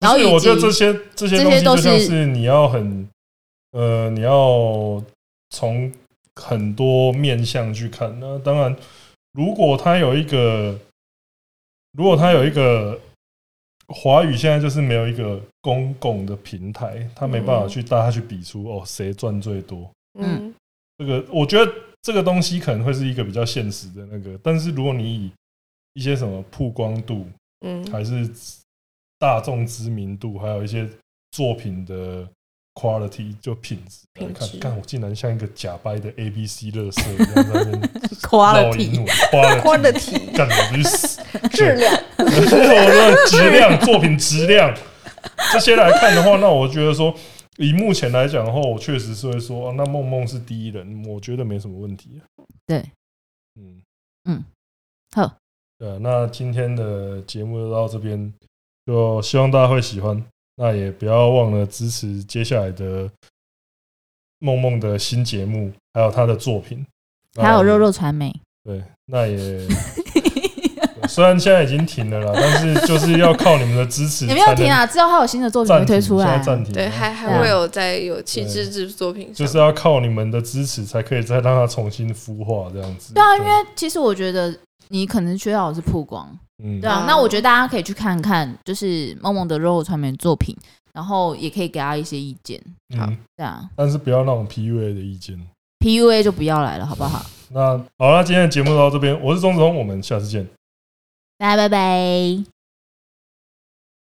C: 然后
A: 不是
C: 以
A: 我
C: 及
A: 觉得这些这些
C: 这
A: 东
C: 些
A: 西
C: 都
A: 就像
C: 是
A: 是你要很呃，你要从很多面向去看。那当然，如果他有一个，如果他有一个华语现在就是没有一个公共的平台，他没办法
B: 嗯
A: 去大家去比出哦谁赚最多。
B: 嗯
A: 这个我觉得这个东西可能会是一个比较现实的那个，但是如果你以一些什么曝光度，
B: 嗯
A: 还是大众知名度，还有一些作品的 quality 就品质来
B: 品
A: 看
B: 质，
A: 看我竟然像一个假掰的 A B C 乐色一样在那边绕一
C: quality
A: 路 quality，
B: [LAUGHS] ，quality
A: 干我去死！
B: 质量，
A: 我的质量、作品质量这些来看的话，那我觉得说，以目前来讲的话，我确实是会说，啊、那梦梦是第一人，我觉得没什么问题、啊。
C: 对，
A: 嗯
C: 嗯，好，
A: 对，啊那今天的节目就到这边，就希望大家会喜欢。那也不要忘了支持接下来的梦梦的新节目，还有她的作品，
C: 还
A: 那
C: 有肉肉传媒，
A: 对，那也虽然现在已经停了啦，但是就是要靠你们的支
C: [LAUGHS]
A: 持。
C: 你没有停！啊，之后还有新的作品
A: 暂
C: 会
A: 停，
C: 推出啊
A: 现
C: 来
A: 在，暂停。啊
B: 对，还还
C: 嗯
B: 会有在有气质制作品
A: 就
B: 上，
A: 是要靠你们的支持，才可以再让它重新孵化这样子。
C: 对啊，因为其实我觉得你可能缺少的是曝光，
A: 嗯，
C: 对啊
B: 哦，
C: 那我觉得大家可以去看看，就是梦梦的肉肉传媒作品，然后也可以给他一些意见，
B: 好
A: 嗯，
C: 对啊
A: 但是不要那种 PUA 的意见。
C: ，PUA 就不要来了，好不好？
A: 那好，那今天的节目到这边，我是钟子通，我们下次见。
C: 大家拜拜。